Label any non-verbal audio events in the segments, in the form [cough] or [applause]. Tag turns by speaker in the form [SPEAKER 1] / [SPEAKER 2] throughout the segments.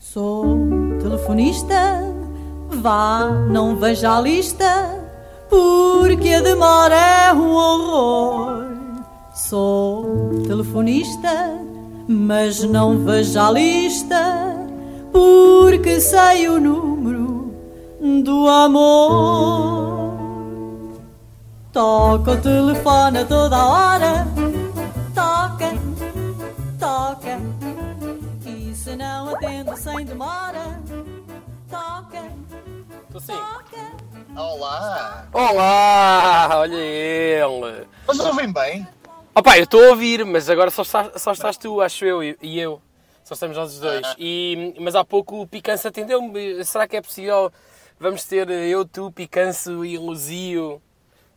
[SPEAKER 1] Sou telefonista, vá, não veja a lista, porque a demora é um horror. Sou telefonista, mas não veja a lista, porque sei o número do amor. Toca o telefone a toda hora, toca, toca, e se não atendo sem demora, toca,
[SPEAKER 2] Tô sim.
[SPEAKER 1] toca.
[SPEAKER 3] Olá!
[SPEAKER 2] Olá, olha ele.
[SPEAKER 3] Mas ouvem bem?
[SPEAKER 2] Opa, eu estou a ouvir, mas agora só, está- só estás tu, acho eu, e e eu. Só estamos nós os dois. E, mas há pouco o Picanço atendeu-me. Será que é possível? Vamos ter eh, eu, tu, Picanço e Luzio.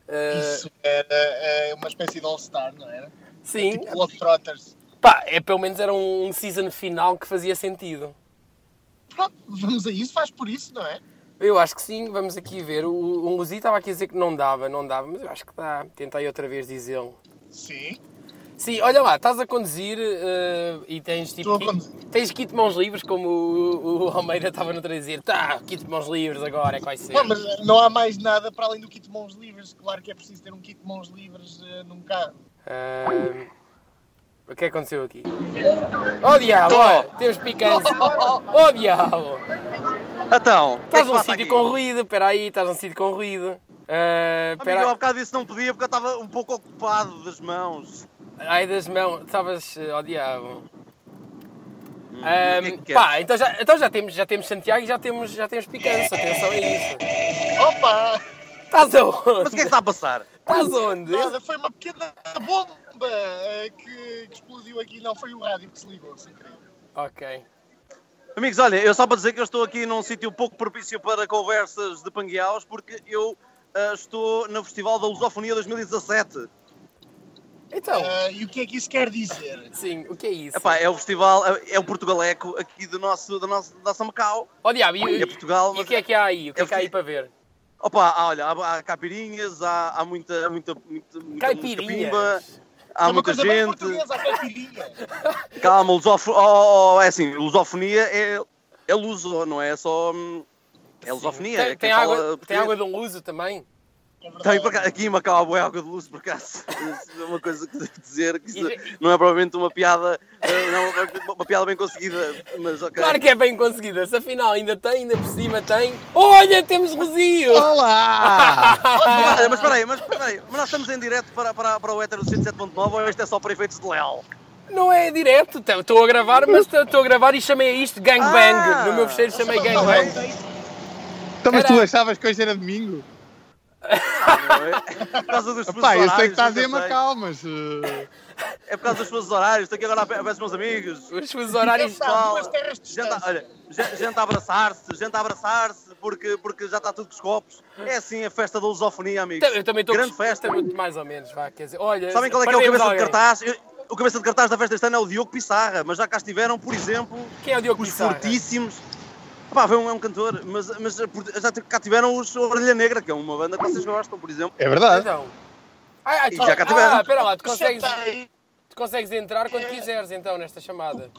[SPEAKER 2] Eh,
[SPEAKER 3] Isso era eh, uma espécie de All-Star, não era?
[SPEAKER 2] sim.
[SPEAKER 3] Tipo Globetrotters.
[SPEAKER 2] Pá, é, pelo menos era um, um season final que fazia sentido.
[SPEAKER 3] Pronto, vamos a isso, faz por isso, não é?
[SPEAKER 2] Eu acho que sim, vamos aqui ver. O, o Luzio estava aqui a dizer que não dava, não dava, mas eu acho que dá. Tentei outra vez dizê-lo.
[SPEAKER 3] Sim.
[SPEAKER 2] Sim, olha lá, estás a conduzir eh, e tens tipo.
[SPEAKER 3] Estou a
[SPEAKER 2] kit-
[SPEAKER 3] conduzir.
[SPEAKER 2] Tens kit de mãos livres, como o, o Almeida estava no outro a dizer. Tá, kit de mãos livres agora é que vai ser.
[SPEAKER 3] Não, mas eh, não há mais nada para além do kit de mãos livres. Claro que é preciso ter um kit de mãos livres eh, num carro.
[SPEAKER 2] Ahm, Eh, o que é que aconteceu aqui? Oh diabo, ó, temos picância. Oh diabo!
[SPEAKER 4] Então, o é que é
[SPEAKER 2] Estás
[SPEAKER 4] que
[SPEAKER 2] num
[SPEAKER 4] passa
[SPEAKER 2] um sítio
[SPEAKER 4] aqui?
[SPEAKER 2] com ruído, peraí, estás num sítio com ruído. Ah,
[SPEAKER 4] Amigo, eu há
[SPEAKER 2] pera...
[SPEAKER 4] bocado disse que não podia porque eu estava um pouco ocupado das mãos.
[SPEAKER 2] Ai das mãos, estavas. eh, Oh diabo.
[SPEAKER 4] Hum,
[SPEAKER 2] Ahm,
[SPEAKER 4] o que é que queres?
[SPEAKER 2] pá, então já, então já temos, já temos Santiago e já temos, já temos picância, atenção a isso.
[SPEAKER 4] [laughs]
[SPEAKER 3] Opa!
[SPEAKER 2] Estás
[SPEAKER 4] Mas o
[SPEAKER 2] aonde?
[SPEAKER 4] que é que está a passar?
[SPEAKER 2] Estás onde?
[SPEAKER 3] Nada, foi uma pequena bomba eh, que, que explodiu aqui. Não, foi o rádio que se ligou, sem querer.
[SPEAKER 2] Ok.
[SPEAKER 4] Amigos, olha, eu só para dizer que eu estou aqui num sítio pouco propício para conversas de pangueaus porque eu ah, estou no Festival da Lusofonia 2017.
[SPEAKER 2] Então,
[SPEAKER 3] Eh, e o que é que isso quer dizer?
[SPEAKER 2] sim, o que é isso?
[SPEAKER 4] Epá, é o festival, é o Portugaleco aqui do nosso, da nossa, da nossa Macau.
[SPEAKER 2] oh diabo, e,
[SPEAKER 4] É Portugal,
[SPEAKER 2] e
[SPEAKER 4] mas-
[SPEAKER 2] o que é que há aí? O que é que há aí
[SPEAKER 4] Eu-
[SPEAKER 2] para ver?
[SPEAKER 4] Opa, há, olha, há, há caipirinhas, há, há muita, há muita, muita, muita música pimba,
[SPEAKER 2] Caipirinhas.
[SPEAKER 4] há
[SPEAKER 3] é uma
[SPEAKER 4] muita
[SPEAKER 3] coisa bem
[SPEAKER 4] gente.
[SPEAKER 3] portuguesa, a caipirinha.
[SPEAKER 4] Calma, lusofo... oh, oh, é assim, lusofonia é, é luso, não é só. hum, É lusofonia. é
[SPEAKER 2] Tem,
[SPEAKER 4] quem
[SPEAKER 2] tem
[SPEAKER 4] fala
[SPEAKER 2] água, tem
[SPEAKER 4] português.
[SPEAKER 2] água de um luso também?
[SPEAKER 3] É verdade.
[SPEAKER 4] Tem, por acaso, aqui em Macau há bué água de luz, por acaso. [laughs] Isso é uma coisa que devo dizer, que isso
[SPEAKER 2] E-
[SPEAKER 4] não é provavelmente uma piada, eh, não, é uma, uma piada bem conseguida, mas ok.
[SPEAKER 2] Claro que é bem conseguida, se afinal ainda tem, ainda por cima tem. Olha, temos Rosio!
[SPEAKER 4] Ah, mas espera aí, mas espera aí, mas nós estamos em direto para, para, para o Hétero 107.9 ou isto é só para efeitos de Leal?
[SPEAKER 2] Não é direto, estou a gravar, mas estou a gravar e chamei a isto gangbang.
[SPEAKER 4] Ah!
[SPEAKER 2] no meu fecheiro chamei
[SPEAKER 3] Não,
[SPEAKER 2] gangbang.
[SPEAKER 3] não, não.
[SPEAKER 5] Então, mas tu
[SPEAKER 2] Caralho.
[SPEAKER 5] achavas que hoje era domingo?
[SPEAKER 4] Não é? Por causa dos fusos
[SPEAKER 5] Pá, eu
[SPEAKER 4] horários.
[SPEAKER 5] sei que estás
[SPEAKER 4] eu
[SPEAKER 5] em
[SPEAKER 4] sei.
[SPEAKER 5] Macau, mas. eh,
[SPEAKER 4] É por causa dos fusos horários, estou aqui agora a pé a pé dos meus amigos.
[SPEAKER 2] Os fusos horários.
[SPEAKER 4] Então tá.
[SPEAKER 3] Está a Então, duas terras de
[SPEAKER 4] Gente, a-
[SPEAKER 3] distância.
[SPEAKER 4] olha, gente gente a abraçar-se, gente a abraçar-se, porque, porque já está tudo com os copos. É assim a festa da lusofonia, amigos.
[SPEAKER 2] Hum. Então, Eu também estou
[SPEAKER 4] Grande festa.
[SPEAKER 2] mais ou menos, vá, quer dizer. Olha,
[SPEAKER 4] Sabem qual é que é o
[SPEAKER 2] perdemos
[SPEAKER 4] cabeça de
[SPEAKER 2] alguém.
[SPEAKER 4] cartaz? Eu- O cabeça de cartaz da festa este ano é o Diogo Pissarra, mas já cá estiveram, por exemplo,
[SPEAKER 2] Quem é o Diogo
[SPEAKER 4] os
[SPEAKER 2] Pissarra?
[SPEAKER 4] fortíssimos. Pá, é um, é um cantor, mas, mas por- já t- cá tiveram os Orelha Negra, que é uma banda que vocês gostam, por exemplo.
[SPEAKER 5] É verdade.
[SPEAKER 2] Então. Ai, ai,
[SPEAKER 4] E
[SPEAKER 2] tu-
[SPEAKER 4] já cá
[SPEAKER 2] ah,
[SPEAKER 4] tivemos.
[SPEAKER 2] espera lá, tu
[SPEAKER 3] Já
[SPEAKER 2] consegues,
[SPEAKER 3] está tá aí.
[SPEAKER 2] tu consegues entrar quando quiseres então nesta chamada.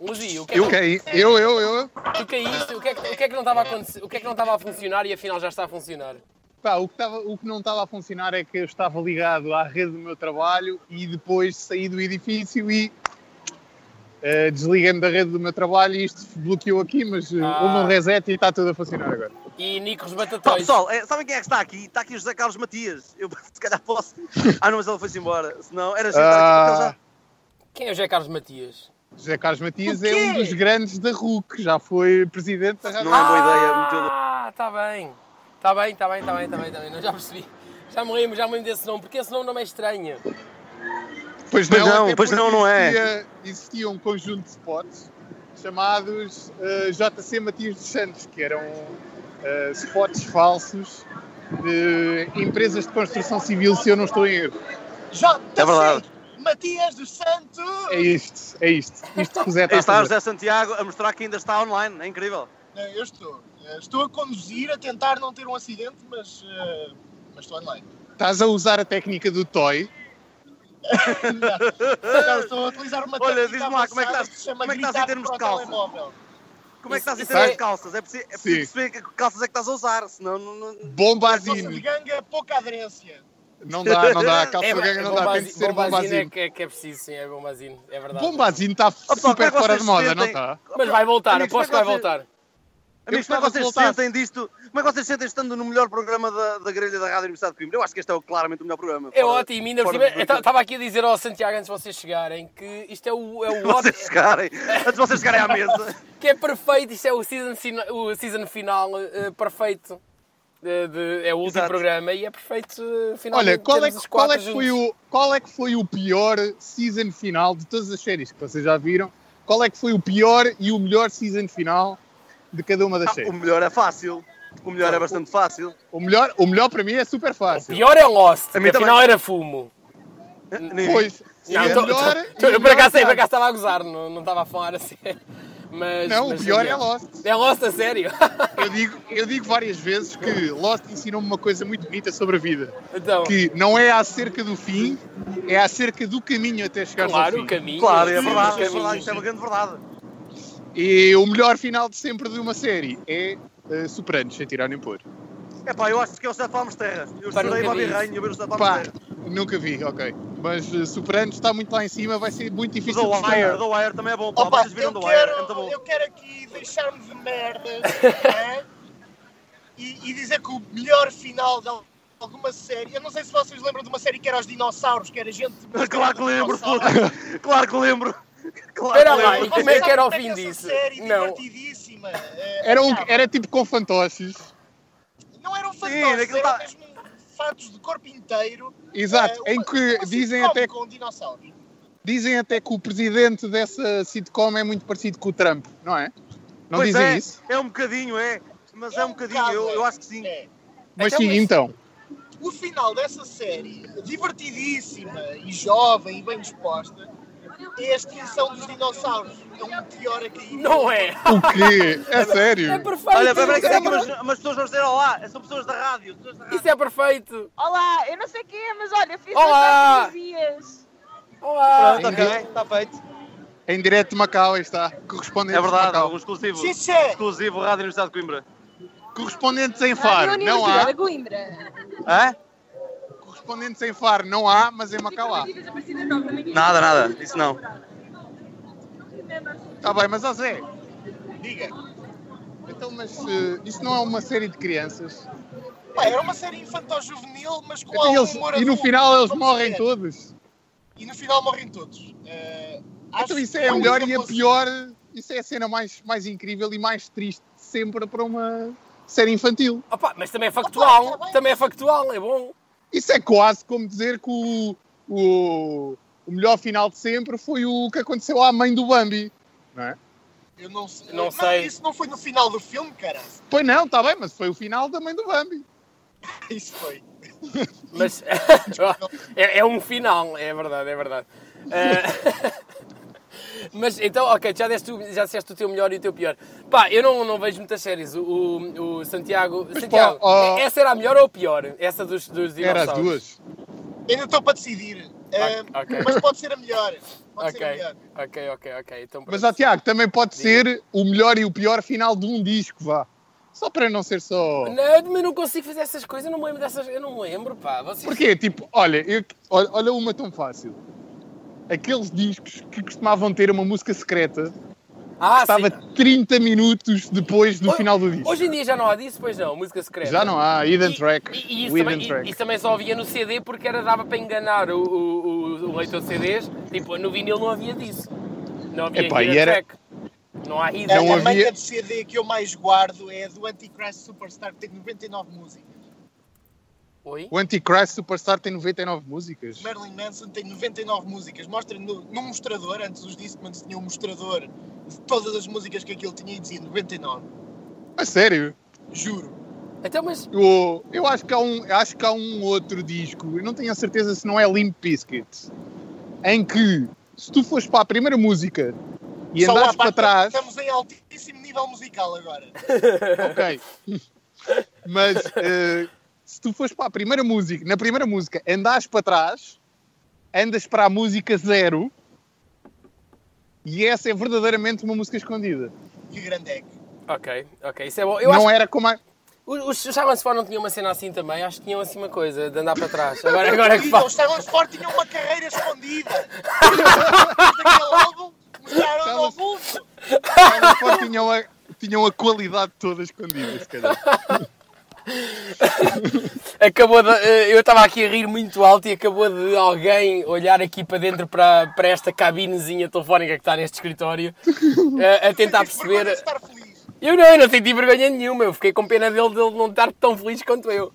[SPEAKER 2] Luzio, o que é
[SPEAKER 5] Eu
[SPEAKER 2] que
[SPEAKER 5] caí. Eu, eu, eu.
[SPEAKER 2] tu caíste? O que é que, o que, é que não estava a acontecer? O que é que não estava a funcionar e afinal já está a funcionar?
[SPEAKER 5] Pá, o que, tava- o que não estava a funcionar é que eu estava ligado à rede do meu trabalho e depois saí do edifício e. eh, Desliguei-me da rede do meu trabalho e isto bloqueou aqui, mas eh,
[SPEAKER 2] Ah.
[SPEAKER 5] houve um reset e está tudo a funcionar agora.
[SPEAKER 2] E Nicos
[SPEAKER 4] Pá,
[SPEAKER 2] Batatões.
[SPEAKER 4] pessoal, é, sabem quem é que está aqui? Está aqui o José Carlos Matias. Eu [laughs] se calhar posso. Ah, não, mas ele foi-se embora. Senão era gente
[SPEAKER 5] Ah.
[SPEAKER 2] Quem é o José Carlos Matias?
[SPEAKER 5] José Carlos Matias
[SPEAKER 3] O quê?
[SPEAKER 5] é um dos grandes da RUC, já foi presidente da
[SPEAKER 4] Não
[SPEAKER 5] Rádio.
[SPEAKER 4] é boa ideia metê-lo.
[SPEAKER 2] Ah, está bem. Está bem, está bem, está bem, está bem, está bem. Não, já percebi. Já me lembro, já me lembro desse nome, porque esse nome não é estranho.
[SPEAKER 4] Pois
[SPEAKER 5] Pois
[SPEAKER 4] não,
[SPEAKER 5] até
[SPEAKER 4] pois
[SPEAKER 5] porque
[SPEAKER 4] não, não é.
[SPEAKER 5] Existia, existia um conjunto de spots chamados eh, JC Matias dos Santos, que eram eh, spots falsos de empresas de construção civil, se eu não estou em erro.
[SPEAKER 3] JC,
[SPEAKER 4] É verdade.
[SPEAKER 3] Matias dos Santos!
[SPEAKER 5] É isto, é assim, isto. Isto que o Zé
[SPEAKER 4] Aí
[SPEAKER 5] está a
[SPEAKER 4] está o
[SPEAKER 5] fazer.
[SPEAKER 4] José Santiago a mostrar que ainda está online. É incrível.
[SPEAKER 3] Não, Eu estou. Eh, Estou a conduzir, a tentar não ter um acidente, mas, eh, mas estou online.
[SPEAKER 5] Estás a usar a técnica do toy.
[SPEAKER 3] Não, estou a utilizar uma
[SPEAKER 4] Olha,
[SPEAKER 3] técnica
[SPEAKER 4] diz-me lá, como é que
[SPEAKER 3] avançada
[SPEAKER 4] estás-
[SPEAKER 3] se chama
[SPEAKER 4] como é que estás em
[SPEAKER 3] gritar
[SPEAKER 4] termos
[SPEAKER 3] para
[SPEAKER 4] de
[SPEAKER 3] o
[SPEAKER 4] cálculo?
[SPEAKER 3] telemóvel.
[SPEAKER 4] como é que estás a
[SPEAKER 2] Isso-
[SPEAKER 4] entender
[SPEAKER 2] isso
[SPEAKER 4] de
[SPEAKER 2] é-
[SPEAKER 4] calças? É preciso, é
[SPEAKER 5] Sim.
[SPEAKER 4] preciso perceber que calças é que estás a usar, senão não, não-
[SPEAKER 3] Calça de
[SPEAKER 5] Bombazine.
[SPEAKER 3] ganga, pouca aderência.
[SPEAKER 5] Não dá,
[SPEAKER 4] [laughs]
[SPEAKER 5] não dá. A calça
[SPEAKER 2] É,
[SPEAKER 5] da ganga não dá. Tem
[SPEAKER 2] bombazine-
[SPEAKER 5] de ser
[SPEAKER 2] bombazine é
[SPEAKER 5] bombazine.
[SPEAKER 2] que, é que é preciso, sim, é bombazine, é verdade.
[SPEAKER 5] Bombazine está
[SPEAKER 4] Ó, pessoal, como é
[SPEAKER 5] super
[SPEAKER 4] que
[SPEAKER 5] fora
[SPEAKER 4] vocês
[SPEAKER 5] de moda, não
[SPEAKER 4] sentem-
[SPEAKER 5] está?
[SPEAKER 2] Mas vai voltar,
[SPEAKER 4] Amigos,
[SPEAKER 2] aposto que
[SPEAKER 4] como é
[SPEAKER 2] vai
[SPEAKER 4] que vocês-
[SPEAKER 2] voltar.
[SPEAKER 4] Amigos, como é
[SPEAKER 5] gostava
[SPEAKER 4] que
[SPEAKER 5] de
[SPEAKER 4] vocês
[SPEAKER 5] voltar.
[SPEAKER 4] sentem disto? Como é que vocês sentem estando no melhor programa da, da grelha da Rádio Universidade de Coimbra? Eu acho que este é o- claramente o melhor programa.
[SPEAKER 2] É
[SPEAKER 4] Fora-
[SPEAKER 2] ótimo, ainda por
[SPEAKER 4] fora
[SPEAKER 2] cima. então,
[SPEAKER 4] do-
[SPEAKER 2] Estava aqui a dizer ao Santiago antes de vocês chegarem que isto é o, é
[SPEAKER 4] [laughs]
[SPEAKER 2] o
[SPEAKER 4] Antes de
[SPEAKER 2] ótimo.
[SPEAKER 4] vocês chegarem, antes de vocês chegarem à
[SPEAKER 5] [laughs]
[SPEAKER 4] mesa.
[SPEAKER 2] Que é perfeito, isto é o season, sina- o season final eh, perfeito. Eh, de- é o último
[SPEAKER 4] Exato.
[SPEAKER 2] programa e é perfeito eh, finalmente.
[SPEAKER 5] Olha, qual é,
[SPEAKER 2] termos os
[SPEAKER 5] que- qual, é
[SPEAKER 2] quatro
[SPEAKER 5] que foi
[SPEAKER 2] juntos.
[SPEAKER 5] o, qual é que foi o pior season final de todas as séries que vocês já viram? Qual é que foi o pior e o melhor season final de cada uma das
[SPEAKER 4] Ah, o
[SPEAKER 5] séries?
[SPEAKER 4] melhor é fácil. O melhor é bastante fácil.
[SPEAKER 5] O melhor, o melhor para mim é super
[SPEAKER 2] O
[SPEAKER 5] fácil.
[SPEAKER 2] pior é o Lost,
[SPEAKER 4] A mim
[SPEAKER 2] que afinal
[SPEAKER 4] também.
[SPEAKER 2] era fumo.
[SPEAKER 4] Nem-
[SPEAKER 5] Pois,
[SPEAKER 2] Não,
[SPEAKER 5] é
[SPEAKER 2] tô-
[SPEAKER 5] melhor,
[SPEAKER 2] tô-
[SPEAKER 5] e
[SPEAKER 2] tô-
[SPEAKER 5] o
[SPEAKER 2] eu por
[SPEAKER 5] melhor
[SPEAKER 2] acaso sei,
[SPEAKER 5] está.
[SPEAKER 2] por acaso estava a gozar, não, não estava a falar assim. [laughs] Mas,
[SPEAKER 5] Não,
[SPEAKER 2] mas
[SPEAKER 5] o pior
[SPEAKER 2] sim,
[SPEAKER 5] é Lost.
[SPEAKER 2] É Lost a sério? [laughs]
[SPEAKER 5] Eu digo, eu digo várias vezes que Lost ensinou-me uma coisa muito bonita sobre a vida.
[SPEAKER 2] então,
[SPEAKER 5] Que não é acerca do fim, é acerca do caminho até chegar
[SPEAKER 2] claro,
[SPEAKER 5] ao
[SPEAKER 2] o
[SPEAKER 5] fim.
[SPEAKER 2] caminho.
[SPEAKER 4] Claro, é
[SPEAKER 2] sim, o
[SPEAKER 4] verdade, é
[SPEAKER 2] caminho.
[SPEAKER 4] verdade, isto é uma grande verdade.
[SPEAKER 5] E o melhor final de sempre de uma série é eh, Sopranos, sem tirar nem pôr.
[SPEAKER 4] É pá, eu acho que é o Estado Palmas Terra. Eu
[SPEAKER 2] Pá,
[SPEAKER 4] estudei
[SPEAKER 2] nunca vi
[SPEAKER 4] Bobby
[SPEAKER 2] isso.
[SPEAKER 4] Rainha, eu vejo o Estado
[SPEAKER 5] Pá,
[SPEAKER 4] Palmas Terra.
[SPEAKER 5] nunca vi, ok. Mas eh, Sopranos está muito lá em cima, vai ser muito
[SPEAKER 4] O
[SPEAKER 5] difícil de
[SPEAKER 4] The Wire,
[SPEAKER 5] superar.
[SPEAKER 4] The Wire também é bom. Pá,
[SPEAKER 3] Opa,
[SPEAKER 4] vocês viram
[SPEAKER 3] eu
[SPEAKER 4] The Wire, é
[SPEAKER 3] quero,
[SPEAKER 4] muito bom.
[SPEAKER 3] eu quero aqui deixar-me de merdas [laughs] não é? e, e dizer que o melhor final de al- alguma série. Eu não sei se vocês lembram de uma série que era os dinossauros, que era gente.
[SPEAKER 4] [laughs] Claro que lembro,
[SPEAKER 3] Dinossauros.
[SPEAKER 4] puto. Claro que lembro. Claro
[SPEAKER 2] Espera
[SPEAKER 4] que
[SPEAKER 2] lá,
[SPEAKER 4] lembro.
[SPEAKER 3] então.
[SPEAKER 2] e como é que era o
[SPEAKER 3] Sabe
[SPEAKER 2] fim
[SPEAKER 3] essa
[SPEAKER 2] disso?
[SPEAKER 3] Série
[SPEAKER 2] Não.
[SPEAKER 3] divertidíssima. eh,
[SPEAKER 5] Era, um- é-
[SPEAKER 3] pá,
[SPEAKER 5] era tipo com fantoches.
[SPEAKER 3] Não um eram
[SPEAKER 4] Sim,
[SPEAKER 3] fantoches,
[SPEAKER 4] daquilo
[SPEAKER 3] eram
[SPEAKER 4] tá-
[SPEAKER 3] mesmo fatos de corpo inteiro.
[SPEAKER 5] Exato,
[SPEAKER 3] eh,
[SPEAKER 5] em
[SPEAKER 3] uma-
[SPEAKER 5] que
[SPEAKER 3] uma
[SPEAKER 5] dizem
[SPEAKER 3] sitcom
[SPEAKER 5] até,
[SPEAKER 3] Com dinossauros.
[SPEAKER 5] dizem até que o presidente dessa sitcom é muito parecido com o Trump, não é? Não
[SPEAKER 4] Pois
[SPEAKER 5] dizem
[SPEAKER 4] é,
[SPEAKER 5] isso?
[SPEAKER 4] É um bocadinho, é. Mas é um bocadinho,
[SPEAKER 3] bocado,
[SPEAKER 4] eu,
[SPEAKER 3] é.
[SPEAKER 4] eu acho que sim.
[SPEAKER 3] É.
[SPEAKER 5] Mas
[SPEAKER 2] Então,
[SPEAKER 5] sim,
[SPEAKER 2] mas-
[SPEAKER 5] então.
[SPEAKER 3] o final dessa série, divertidíssima e jovem e bem disposta, é a extinção dos dinossauros. É um meteoro a cair.
[SPEAKER 2] Não é?
[SPEAKER 5] O quê? É sério?
[SPEAKER 2] É perfeito!
[SPEAKER 4] Olha, para ver
[SPEAKER 2] isso,
[SPEAKER 4] que
[SPEAKER 2] é
[SPEAKER 4] é que umas umas pessoas vão dizer olá, são pessoas da rádio. pessoas da rádio.
[SPEAKER 2] isso é perfeito!
[SPEAKER 6] Olá, eu não sei quem é, mas olha, fiz
[SPEAKER 2] Olá!
[SPEAKER 6] tantas dias.
[SPEAKER 2] Olá!
[SPEAKER 4] Pronto, ok, está feito.
[SPEAKER 5] Em direto de Macau, aí está. Correspondentes
[SPEAKER 4] É verdade,
[SPEAKER 5] de
[SPEAKER 4] um
[SPEAKER 5] Macau.
[SPEAKER 4] exclusivo.
[SPEAKER 3] Xixé!
[SPEAKER 4] Exclusivo Rádio Universidade de Coimbra.
[SPEAKER 5] Correspondentes
[SPEAKER 6] Ah,
[SPEAKER 5] em Faro, não há.
[SPEAKER 6] Coimbra.
[SPEAKER 4] Hã?
[SPEAKER 5] Correspondentes em Faro, não há, mas em Macau há.
[SPEAKER 4] Nada, nada, isso não.
[SPEAKER 5] Está bem, mas ó Zé,
[SPEAKER 3] Diga.
[SPEAKER 5] então, mas eh, isso não é uma série de crianças?
[SPEAKER 3] Pá, era uma série infantil-juvenil, mas com
[SPEAKER 5] Então
[SPEAKER 3] algum
[SPEAKER 5] eles-
[SPEAKER 3] é humor
[SPEAKER 5] e no
[SPEAKER 3] adulto.
[SPEAKER 5] final eles
[SPEAKER 3] Vamos
[SPEAKER 5] morrem
[SPEAKER 3] ver.
[SPEAKER 5] todos.
[SPEAKER 3] E no final morrem todos. Eh,
[SPEAKER 5] Então
[SPEAKER 3] acho
[SPEAKER 5] isso
[SPEAKER 3] que
[SPEAKER 5] é a
[SPEAKER 3] não
[SPEAKER 5] melhor e a
[SPEAKER 3] consigo-
[SPEAKER 5] pior. Isso é a cena mais, mais incrível e mais triste de sempre para uma série infantil.
[SPEAKER 2] Opa, mas também é factual,
[SPEAKER 3] tá bem.
[SPEAKER 2] também é factual, é bom.
[SPEAKER 5] Isso é quase como dizer que o, o, o melhor final de sempre foi o que aconteceu à mãe do Bambi. Não é?
[SPEAKER 3] Eu não sei.
[SPEAKER 2] Não sei.
[SPEAKER 3] Isso não foi no final do filme, cara.
[SPEAKER 5] Pois não, está bem, mas foi o final da mãe do Bambi.
[SPEAKER 3] Isso foi. [laughs]
[SPEAKER 2] Mas é, é um final, é verdade, é verdade. Eh, [laughs] mas então, ok, já, deste, o- já disseste o teu melhor e o teu pior. Pá, eu não, não vejo muitas séries. O, o, o Santiago. Santiago, é,
[SPEAKER 5] pá, ó.
[SPEAKER 2] essa era a melhor ou a pior? Essa dos, dos
[SPEAKER 5] Era
[SPEAKER 2] dinossauros?
[SPEAKER 5] as duas.
[SPEAKER 3] Ainda estou para decidir. Eh,
[SPEAKER 2] Ah, ok.
[SPEAKER 3] Mas pode ser a melhor. Pode ser a
[SPEAKER 2] Ok,
[SPEAKER 3] melhor.
[SPEAKER 2] ok, ok, ok. Então,
[SPEAKER 5] Mas, ó
[SPEAKER 2] pronto.
[SPEAKER 5] Tiago, também pode ser o melhor e o pior final de um disco, vá. Só para não ser só.
[SPEAKER 2] Não, eu também não consigo fazer essas coisas, eu não me lembro dessas. Eu não me lembro, pá. Vocês...
[SPEAKER 5] Porquê? Tipo, olha, eu- olha, olha uma tão fácil. Aqueles discos que costumavam ter uma música secreta
[SPEAKER 2] Ah,
[SPEAKER 5] estava
[SPEAKER 2] sim.
[SPEAKER 5] 30 minutos depois do
[SPEAKER 2] Ho-
[SPEAKER 5] final do disco.
[SPEAKER 2] Hoje em dia já não há disso, pois não, música secreta.
[SPEAKER 5] Já não há hidden
[SPEAKER 2] E-
[SPEAKER 5] track.
[SPEAKER 2] E, e isso,
[SPEAKER 5] hidden
[SPEAKER 2] também, e-
[SPEAKER 5] track.
[SPEAKER 2] isso também só havia no CD porque era dava para enganar o, o, o- o leitor de CDs. Tipo, no vinil não havia disso. Não havia
[SPEAKER 5] Epá, e
[SPEAKER 2] hidden
[SPEAKER 5] era-
[SPEAKER 2] track. Não há hidden
[SPEAKER 3] A,
[SPEAKER 5] Não
[SPEAKER 3] a
[SPEAKER 2] track.
[SPEAKER 5] havia-
[SPEAKER 3] manga de CD que eu mais guardo é a do Antichrist Superstar, que tem 99 músicas.
[SPEAKER 2] Oi?
[SPEAKER 5] O Antichrist Superstar tem 99 músicas.
[SPEAKER 3] Marilyn Manson tem 99 músicas. Mostra no, num mostrador, antes os Discmans tinham um mostrador de todas as músicas que aquilo tinha e dizia 99.
[SPEAKER 5] A sério?
[SPEAKER 3] Juro.
[SPEAKER 2] Então, mas...
[SPEAKER 5] Eu, eu acho, que há um, acho que há um outro disco, eu não tenho a certeza se não é Limp Bizkit, em que se tu fores para a primeira música e
[SPEAKER 3] Só
[SPEAKER 5] andares
[SPEAKER 3] lá, pá,
[SPEAKER 5] para trás.
[SPEAKER 3] Estamos em altíssimo nível musical agora.
[SPEAKER 5] Ok. Mas eh, se tu fores para a primeira música, na primeira música andas para trás, andas para a música zero, e essa é verdadeiramente uma música escondida.
[SPEAKER 3] e Grandeco.
[SPEAKER 2] Ok, ok, isso é bom. Eu
[SPEAKER 5] não
[SPEAKER 2] acho
[SPEAKER 5] era como a...
[SPEAKER 2] que os, os Silence Four não tinham uma cena assim também, acho que tinham assim uma coisa de andar para trás. Agora, agora é que
[SPEAKER 3] Então,
[SPEAKER 2] falo.
[SPEAKER 3] os Silent Sport tinham uma carreira escondida. Depois daquele álbum, mostraram ao mundo.
[SPEAKER 5] Elas só tinham a, tinham a qualidade toda escondida, se calhar.
[SPEAKER 2] Acabou de, eh, eu estava aqui a rir muito alto e acabou de alguém olhar aqui para dentro para, para esta cabinezinha telefónica que está neste escritório eh, a tentar
[SPEAKER 3] Isto por conta de
[SPEAKER 2] perceber.
[SPEAKER 3] estar feliz.
[SPEAKER 2] Eu não, eu não senti vergonha nenhuma, eu fiquei com pena dele, dele não estar tão feliz quanto eu.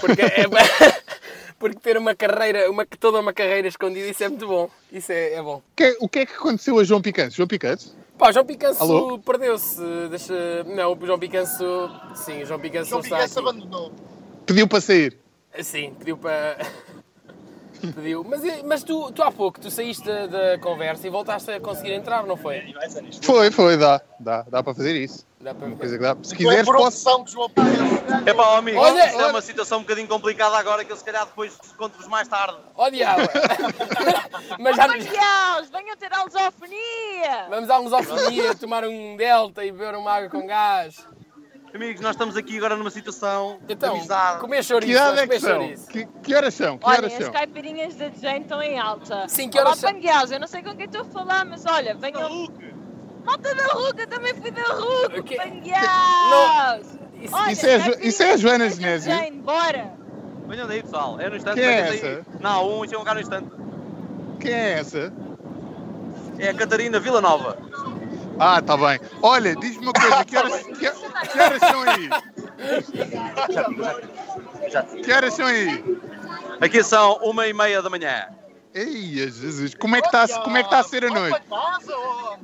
[SPEAKER 2] Porque, é- [laughs] porque ter uma carreira, uma, toda uma carreira escondida, isso é muito bom. Isso é, é bom.
[SPEAKER 5] O que, é- o que é que aconteceu a João Picanço? João Picanço?
[SPEAKER 2] Pá, João Picanço
[SPEAKER 5] Alô?
[SPEAKER 2] perdeu-se. Deixa... Não, o João Picanço. Sim, o João Picanço
[SPEAKER 3] João
[SPEAKER 2] não está.
[SPEAKER 3] Picasso
[SPEAKER 2] Aqui.
[SPEAKER 3] abandonou.
[SPEAKER 5] Pediu para sair.
[SPEAKER 2] Sim, pediu para. [laughs] pediu. Mas, eh, mas tu, tu há pouco, tu saíste da, da conversa e voltaste a conseguir entrar, não foi?
[SPEAKER 5] Foi, foi, dá. Dá, dá para fazer isso.
[SPEAKER 2] Dá para
[SPEAKER 5] Uma
[SPEAKER 2] ver.
[SPEAKER 5] coisa que dá. Se
[SPEAKER 3] Não é
[SPEAKER 5] quiseres,
[SPEAKER 3] por
[SPEAKER 5] posso.
[SPEAKER 3] opção que João um Picasso.
[SPEAKER 4] É pá, amigo,
[SPEAKER 2] Olha,
[SPEAKER 4] isto
[SPEAKER 2] olha.
[SPEAKER 4] é uma situação um bocadinho complicada agora que eu se calhar depois conto-vos mais tarde.
[SPEAKER 2] Oh,
[SPEAKER 5] [laughs]
[SPEAKER 2] diabo! mas já nos...
[SPEAKER 6] Campeões, venham ter a lusofonia!
[SPEAKER 2] Vamos à lusofonia, tomar um delta e beber uma água com gás.
[SPEAKER 4] Amigos, nós estamos aqui agora numa situação de
[SPEAKER 2] Então,
[SPEAKER 4] amizade.
[SPEAKER 2] comer
[SPEAKER 5] Que
[SPEAKER 2] chouriço,
[SPEAKER 5] idade
[SPEAKER 2] vamos
[SPEAKER 5] é que
[SPEAKER 2] comer
[SPEAKER 5] são?
[SPEAKER 2] chouriço.
[SPEAKER 5] Que, que horas são? Que
[SPEAKER 6] Olha,
[SPEAKER 5] horas
[SPEAKER 6] as
[SPEAKER 5] são?
[SPEAKER 6] caipirinhas da Jane estão em alta.
[SPEAKER 2] Sim, que horas
[SPEAKER 6] Olá,
[SPEAKER 2] são?
[SPEAKER 6] pangueaus, eu não sei com quem estou a falar, mas olha, venham... Malta da Ruga, também fui da Ruga,
[SPEAKER 2] Ok.
[SPEAKER 6] pangueaus!
[SPEAKER 2] Isso-
[SPEAKER 6] Olha,
[SPEAKER 5] isso é a Jo-
[SPEAKER 6] caipirinhas
[SPEAKER 5] isso é a Joana
[SPEAKER 6] da
[SPEAKER 5] Genésio?
[SPEAKER 6] Jane, bora!
[SPEAKER 4] Venham daí, pessoal. É no instante.
[SPEAKER 5] Quem é
[SPEAKER 4] venham daí.
[SPEAKER 5] essa?
[SPEAKER 4] Não, um, chegam cá no instante.
[SPEAKER 5] Quem é essa?
[SPEAKER 4] É a Catarina Vila Nova.
[SPEAKER 5] Ah, está bem. Olha, diz-me uma coisa. Que horas, que, que horas são aí?
[SPEAKER 4] Já digo, já digo.
[SPEAKER 5] Que horas são aí?
[SPEAKER 4] Aqui são uma e meia da manhã.
[SPEAKER 5] Ei, Jesus. Como é que está a, como é que tá a ser a
[SPEAKER 3] Vai
[SPEAKER 5] noite?
[SPEAKER 3] para casa, ó.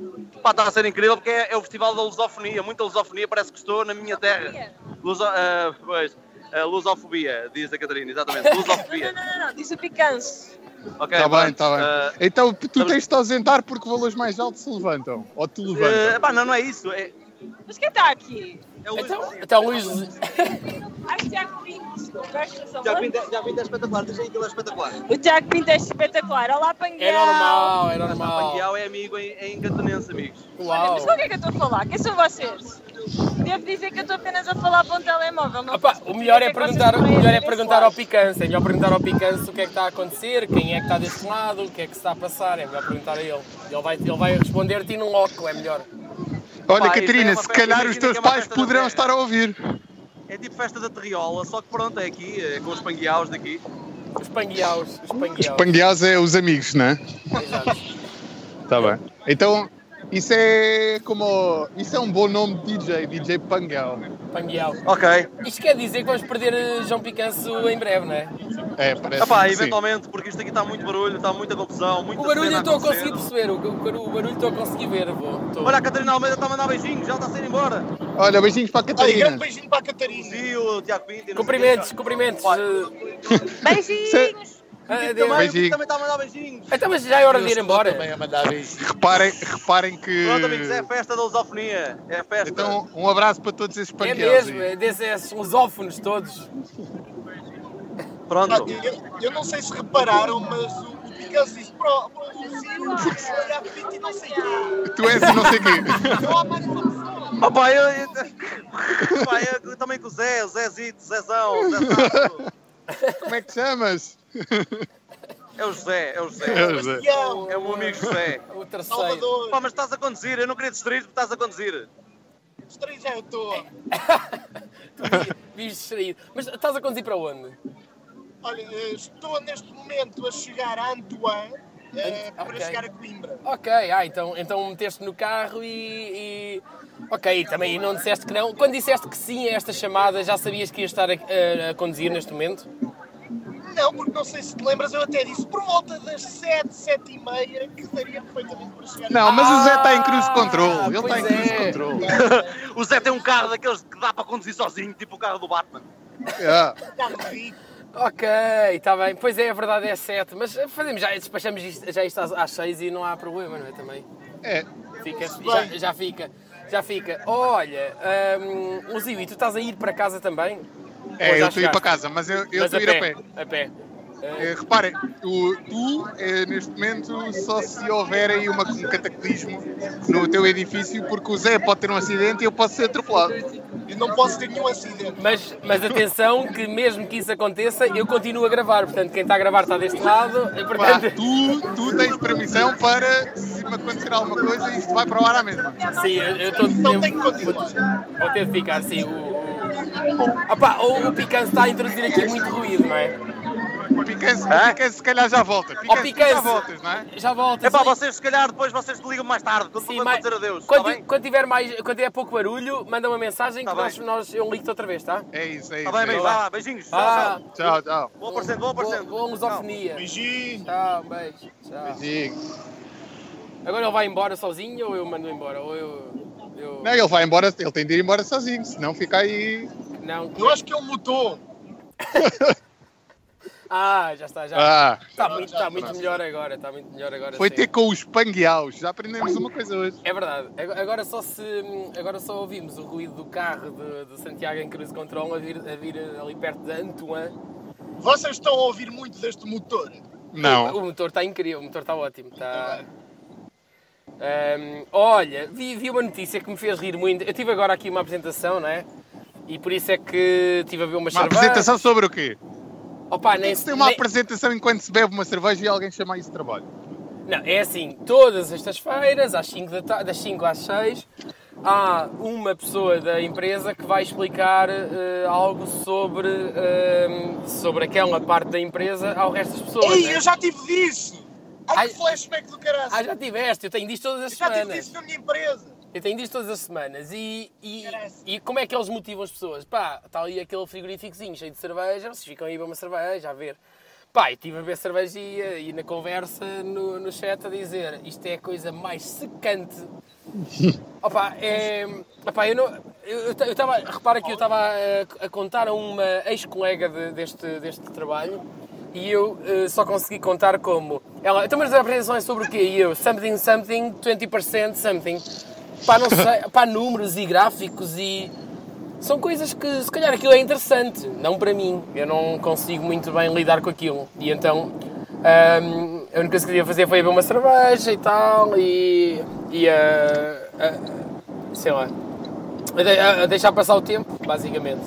[SPEAKER 4] Pá, está a ser incrível porque é, é o festival da lusofonia. Muita lusofonia, parece que estou na minha terra. Luso, ah, pois, ah, lusofobia, diz a Catarina, exatamente.
[SPEAKER 6] Não, não, [laughs]
[SPEAKER 4] Lusofobia.
[SPEAKER 6] não, não, não, disse o picanço.
[SPEAKER 4] Ok,
[SPEAKER 5] Está Tá bem,
[SPEAKER 4] pronto.
[SPEAKER 5] está
[SPEAKER 4] Ah,
[SPEAKER 5] bem. Então, tu
[SPEAKER 4] estamos-
[SPEAKER 5] tens de te ausentar porque valores mais altos se levantam. Ou te
[SPEAKER 4] eh,
[SPEAKER 5] levantam.
[SPEAKER 4] pá, não, não é isso. É,
[SPEAKER 6] Mas quem está aqui? é
[SPEAKER 4] é o
[SPEAKER 2] Então, então Luís. [laughs]
[SPEAKER 6] Ai, o Tiago Pinto.
[SPEAKER 4] Já vim, já vim, é espetacular. Deixa aí que ele é espetacular.
[SPEAKER 6] O Tiago Pinto é espetacular. Olá, Panguel.
[SPEAKER 2] É normal, é normal.
[SPEAKER 4] Panguial é amigo em, em Catanense, amigos.
[SPEAKER 6] Olha,
[SPEAKER 2] Uau.
[SPEAKER 6] mas com o que é que eu estou a falar? Quem são vocês? Devo dizer que eu estou apenas a falar para um telemóvel. Não
[SPEAKER 2] Ah pá,
[SPEAKER 6] faço
[SPEAKER 2] o melhor é
[SPEAKER 6] ideia que vocês
[SPEAKER 2] perguntar, o
[SPEAKER 6] estão a
[SPEAKER 2] melhor é
[SPEAKER 6] dizer
[SPEAKER 2] perguntar ao
[SPEAKER 6] desse
[SPEAKER 2] Picanço. É melhor perguntar ao Picanço o que é que está a acontecer, quem é que está deste lado, o que é que se está a passar. É melhor perguntar a ele. Ele vai, ele vai responder-te in loco, é melhor.
[SPEAKER 5] Olha,
[SPEAKER 4] pá, isto é
[SPEAKER 5] Catarina,
[SPEAKER 4] uma
[SPEAKER 5] se
[SPEAKER 4] festa,
[SPEAKER 5] calhar os
[SPEAKER 4] imagina
[SPEAKER 5] teus
[SPEAKER 4] que é uma
[SPEAKER 5] pais
[SPEAKER 4] festa da
[SPEAKER 5] poderão
[SPEAKER 4] terra.
[SPEAKER 5] estar a ouvir.
[SPEAKER 4] É tipo festa da Terriola, só que pronto, é aqui, é com os panguiaus daqui.
[SPEAKER 2] Os pangueaus, os
[SPEAKER 5] Os
[SPEAKER 2] pangueaus.
[SPEAKER 5] pangueaus é os amigos, não é?
[SPEAKER 2] Exato.
[SPEAKER 5] Está bem. Então, isso é como. Isso é um bom nome de DJ, DJ Pangal.
[SPEAKER 2] Pangueal.
[SPEAKER 4] Ok.
[SPEAKER 2] Isto quer dizer que vamos perder eh, João Picanço em breve, não é?
[SPEAKER 5] É, parece
[SPEAKER 4] Epá,
[SPEAKER 5] que
[SPEAKER 4] eventualmente, porque isto aqui está muito barulho, está muita confusão, muita
[SPEAKER 2] O barulho
[SPEAKER 4] cena
[SPEAKER 2] eu estou a
[SPEAKER 4] acontecer.
[SPEAKER 2] conseguir perceber, o, o- o barulho estou a conseguir ver, vou. estou-
[SPEAKER 4] Olha, a Catarina Almeida está a mandar beijinhos, já está a sair embora.
[SPEAKER 5] sim. Olha, beijinhos para a
[SPEAKER 3] Olha, grande
[SPEAKER 5] Catarina.
[SPEAKER 3] beijinho para a Catarina.
[SPEAKER 4] Sim, o Tiago Pinto. e não sei
[SPEAKER 2] Cumprimentos,
[SPEAKER 4] quem.
[SPEAKER 2] cumprimentos.
[SPEAKER 4] Pá,
[SPEAKER 2] eh,
[SPEAKER 6] Beijinhos.
[SPEAKER 2] ah,
[SPEAKER 4] Também, o
[SPEAKER 2] adeus.
[SPEAKER 4] Pinto
[SPEAKER 5] Beijinho.
[SPEAKER 4] também está a mandar beijinhos.
[SPEAKER 2] Então, mas já é hora de ir embora.
[SPEAKER 3] um
[SPEAKER 5] Reparem, reparem que.
[SPEAKER 4] Pronto, amigos, é a festa da lusofonia. É a festa.
[SPEAKER 5] Então, um abraço para todos esses
[SPEAKER 2] É
[SPEAKER 5] pangueaus.
[SPEAKER 2] mesmo,
[SPEAKER 5] aí.
[SPEAKER 2] é desses lusófonos todos.
[SPEAKER 5] tá
[SPEAKER 4] Pronto.
[SPEAKER 3] Eu, eu não sei se repararam, mas o, o Picasso disse: Pro, pro, o Ciro, olhar para e não sei quê.
[SPEAKER 5] Tu és e não sei quê. [laughs]
[SPEAKER 3] Não há mais uma pessoa.
[SPEAKER 4] Opa, eu, eu, [laughs] Pá, eu, também com o Zé, o Zezito, Zezão, Zezato.
[SPEAKER 5] Como é que te chamas?
[SPEAKER 4] É o José, é o José.
[SPEAKER 5] É o José.
[SPEAKER 3] Tião,
[SPEAKER 4] É o meu amigo José.
[SPEAKER 2] O terceiro.
[SPEAKER 3] Salvador,
[SPEAKER 4] Pá, mas estás a conduzir, eu não queria distrair porque estás a conduzir.
[SPEAKER 3] os três já eu estou.
[SPEAKER 2] Vis distraído. Mas estás a conduzir para onde?
[SPEAKER 3] Olha, eh, estou neste momento a chegar a Antoine eh, para
[SPEAKER 2] ok.
[SPEAKER 3] chegar a Coimbra.
[SPEAKER 2] Ok, ah, então, então meteste no carro e, e- Ok, também não disseste que não. Quando disseste que sim a esta chamada, já sabias que ias estar a, a- a conduzir neste momento?
[SPEAKER 3] Não, porque não sei se te lembras, eu até disse por volta das 7, 7 e meia que daria perfeitamente para chegar
[SPEAKER 5] Não, mas o Zé está em
[SPEAKER 2] Ah,
[SPEAKER 5] cruise control. Ele está em
[SPEAKER 2] pois
[SPEAKER 5] cruise
[SPEAKER 2] é.
[SPEAKER 5] control.
[SPEAKER 4] O Zé tem um carro daqueles que dá para conduzir sozinho, tipo o carro do Batman.
[SPEAKER 5] Ah,
[SPEAKER 3] a carro rico.
[SPEAKER 2] Ok, está bem. Pois é, a verdade é 7. Mas fazemos já, despachamos isto- já isto às- às 6 e não há problema, não é? Também.
[SPEAKER 5] é.
[SPEAKER 2] Fica, já, já fica, já fica. Olha, hum, o Zio, e tu estás a ir para casa também? Ou
[SPEAKER 5] É,
[SPEAKER 2] já
[SPEAKER 5] eu estou a ir
[SPEAKER 2] chegaste?
[SPEAKER 5] para casa, mas eu, eu
[SPEAKER 2] Mas
[SPEAKER 5] estou a ir a pé.
[SPEAKER 2] A pé.
[SPEAKER 5] Eh, reparem, o- tu, eh, neste momento, só se houver aí uma, um cataclismo no teu edifício, porque o Zé pode ter um acidente e eu posso ser atropelado.
[SPEAKER 3] Eu não posso ter nenhum acidente.
[SPEAKER 2] Mas, mas atenção, que mesmo que isso aconteça, eu continuo a gravar. Portanto, quem está a gravar está deste lado. E,
[SPEAKER 5] Pá,
[SPEAKER 2] portanto,
[SPEAKER 5] tu, tu tens permissão para, se me acontecer alguma coisa, isto vai para o ar à mesma.
[SPEAKER 2] sim, eu eu estou.
[SPEAKER 3] Então
[SPEAKER 2] eu-
[SPEAKER 3] tem que continuar.
[SPEAKER 2] Vou ter de ficar assim. O, o... Opa, o, o Picanço está a introduzir aqui muito ruído, não é?
[SPEAKER 5] Picanço, Picanço, é, se calhar já volta.
[SPEAKER 2] Ó,
[SPEAKER 5] Picanço, tu
[SPEAKER 2] Picanço!
[SPEAKER 5] já voltas, não é?
[SPEAKER 2] Já voltas.
[SPEAKER 4] É pá,
[SPEAKER 2] Sim,
[SPEAKER 4] vocês se calhar depois vocês ligam mais tarde, quando
[SPEAKER 2] sim,
[SPEAKER 4] for
[SPEAKER 2] mas-
[SPEAKER 4] dizer adeus, está
[SPEAKER 2] quando,
[SPEAKER 4] bem?
[SPEAKER 2] quando tiver mais, quando tiver pouco barulho, manda uma mensagem
[SPEAKER 4] Tá
[SPEAKER 2] que nós,
[SPEAKER 4] bem.
[SPEAKER 2] nós, eu ligo-te outra vez, tá?
[SPEAKER 5] É isso, é isso.
[SPEAKER 4] Está bem,
[SPEAKER 5] é
[SPEAKER 4] bem,
[SPEAKER 5] isso.
[SPEAKER 4] vá lá, beijinhos. Tchau,
[SPEAKER 2] Ah,
[SPEAKER 4] tchau.
[SPEAKER 5] Tchau, tchau.
[SPEAKER 4] Bom aparecendo, bom
[SPEAKER 2] boa,
[SPEAKER 4] aparecendo.
[SPEAKER 2] boa lusofonia.
[SPEAKER 3] Beijinho.
[SPEAKER 2] Tchau, um beijo. Tchau.
[SPEAKER 5] Beijinho.
[SPEAKER 2] Agora ele vai embora sozinho ou eu mando embora? Ou eu. eu...
[SPEAKER 5] Não, ele vai embora, ele tem de ir embora sozinho, senão fica aí.
[SPEAKER 2] Não.
[SPEAKER 3] Eu acho que ele mutou.
[SPEAKER 2] Ah, já está, já.
[SPEAKER 5] Ah,
[SPEAKER 2] Está muito, está muito
[SPEAKER 5] pronto.
[SPEAKER 2] melhor agora, está muito melhor agora.
[SPEAKER 5] foi
[SPEAKER 2] sim.
[SPEAKER 5] ter com os pangueaus. Já aprendemos uma coisa hoje.
[SPEAKER 2] É verdade. Ag- Agora só, se, agora só ouvimos o ruído do carro de, de Santiago em Cruise Control a vir, a vir ali perto de Antoine.
[SPEAKER 3] Vocês estão a ouvir muito deste motor.
[SPEAKER 5] Não.
[SPEAKER 2] O motor está incrível, o motor está ótimo. Está... Ahm, olha, vi, vi uma notícia que me fez rir muito. Eu tive agora aqui uma apresentação, não é? E por isso é que estive a ver uma
[SPEAKER 5] Uma
[SPEAKER 2] cerveja.
[SPEAKER 5] apresentação sobre o quê?
[SPEAKER 2] Opa,
[SPEAKER 5] Tem
[SPEAKER 2] nem,
[SPEAKER 5] que ter uma
[SPEAKER 2] nem-
[SPEAKER 5] apresentação enquanto se bebe uma cerveja e alguém chama isso de trabalho.
[SPEAKER 2] Não, é assim, todas estas feiras, às 5 da ta- das 5 às 6, há uma pessoa da empresa que vai explicar eh, algo sobre, eh, sobre aquela parte da empresa ao resto das pessoas.
[SPEAKER 3] Ei,
[SPEAKER 2] né?
[SPEAKER 3] eu já tive disso. Ai, que
[SPEAKER 2] Ai.
[SPEAKER 3] flashback do caralho.
[SPEAKER 2] Ah, já tiveste, eu tenho disto todas as
[SPEAKER 3] Eu já tive
[SPEAKER 2] semanas.
[SPEAKER 3] disso na Tipo minha empresa.
[SPEAKER 2] Eu tenho disto todas as semanas. E, e,
[SPEAKER 3] Caralho.
[SPEAKER 2] e como é que eles motivam as pessoas? Pá, está ali aquele frigoríficozinho cheio de cerveja, vocês ficam aí a beber uma cerveja, a ver. Pá, eu estive a beber cerveja e, e na conversa no, no chat a dizer isto é a coisa mais secante. Opa, é. Opá, eu não. Eu eu ta- eu estava. Repara que eu estava a, a contar a uma ex-colega de- deste, deste trabalho e eu eh, só consegui contar como. Ela. Então, mas a apresentação é sobre o quê? E eu. Something, something, 20% something. Pá, não sei. Pá, números e gráficos e. São coisas que, se calhar, aquilo é interessante. Não para mim. Eu não consigo muito bem lidar com aquilo. E então. ahm, a única coisa que eu queria fazer foi beber uma cerveja e tal e. e ah, ah, sei lá, a, de- a- a deixar passar o tempo, basicamente.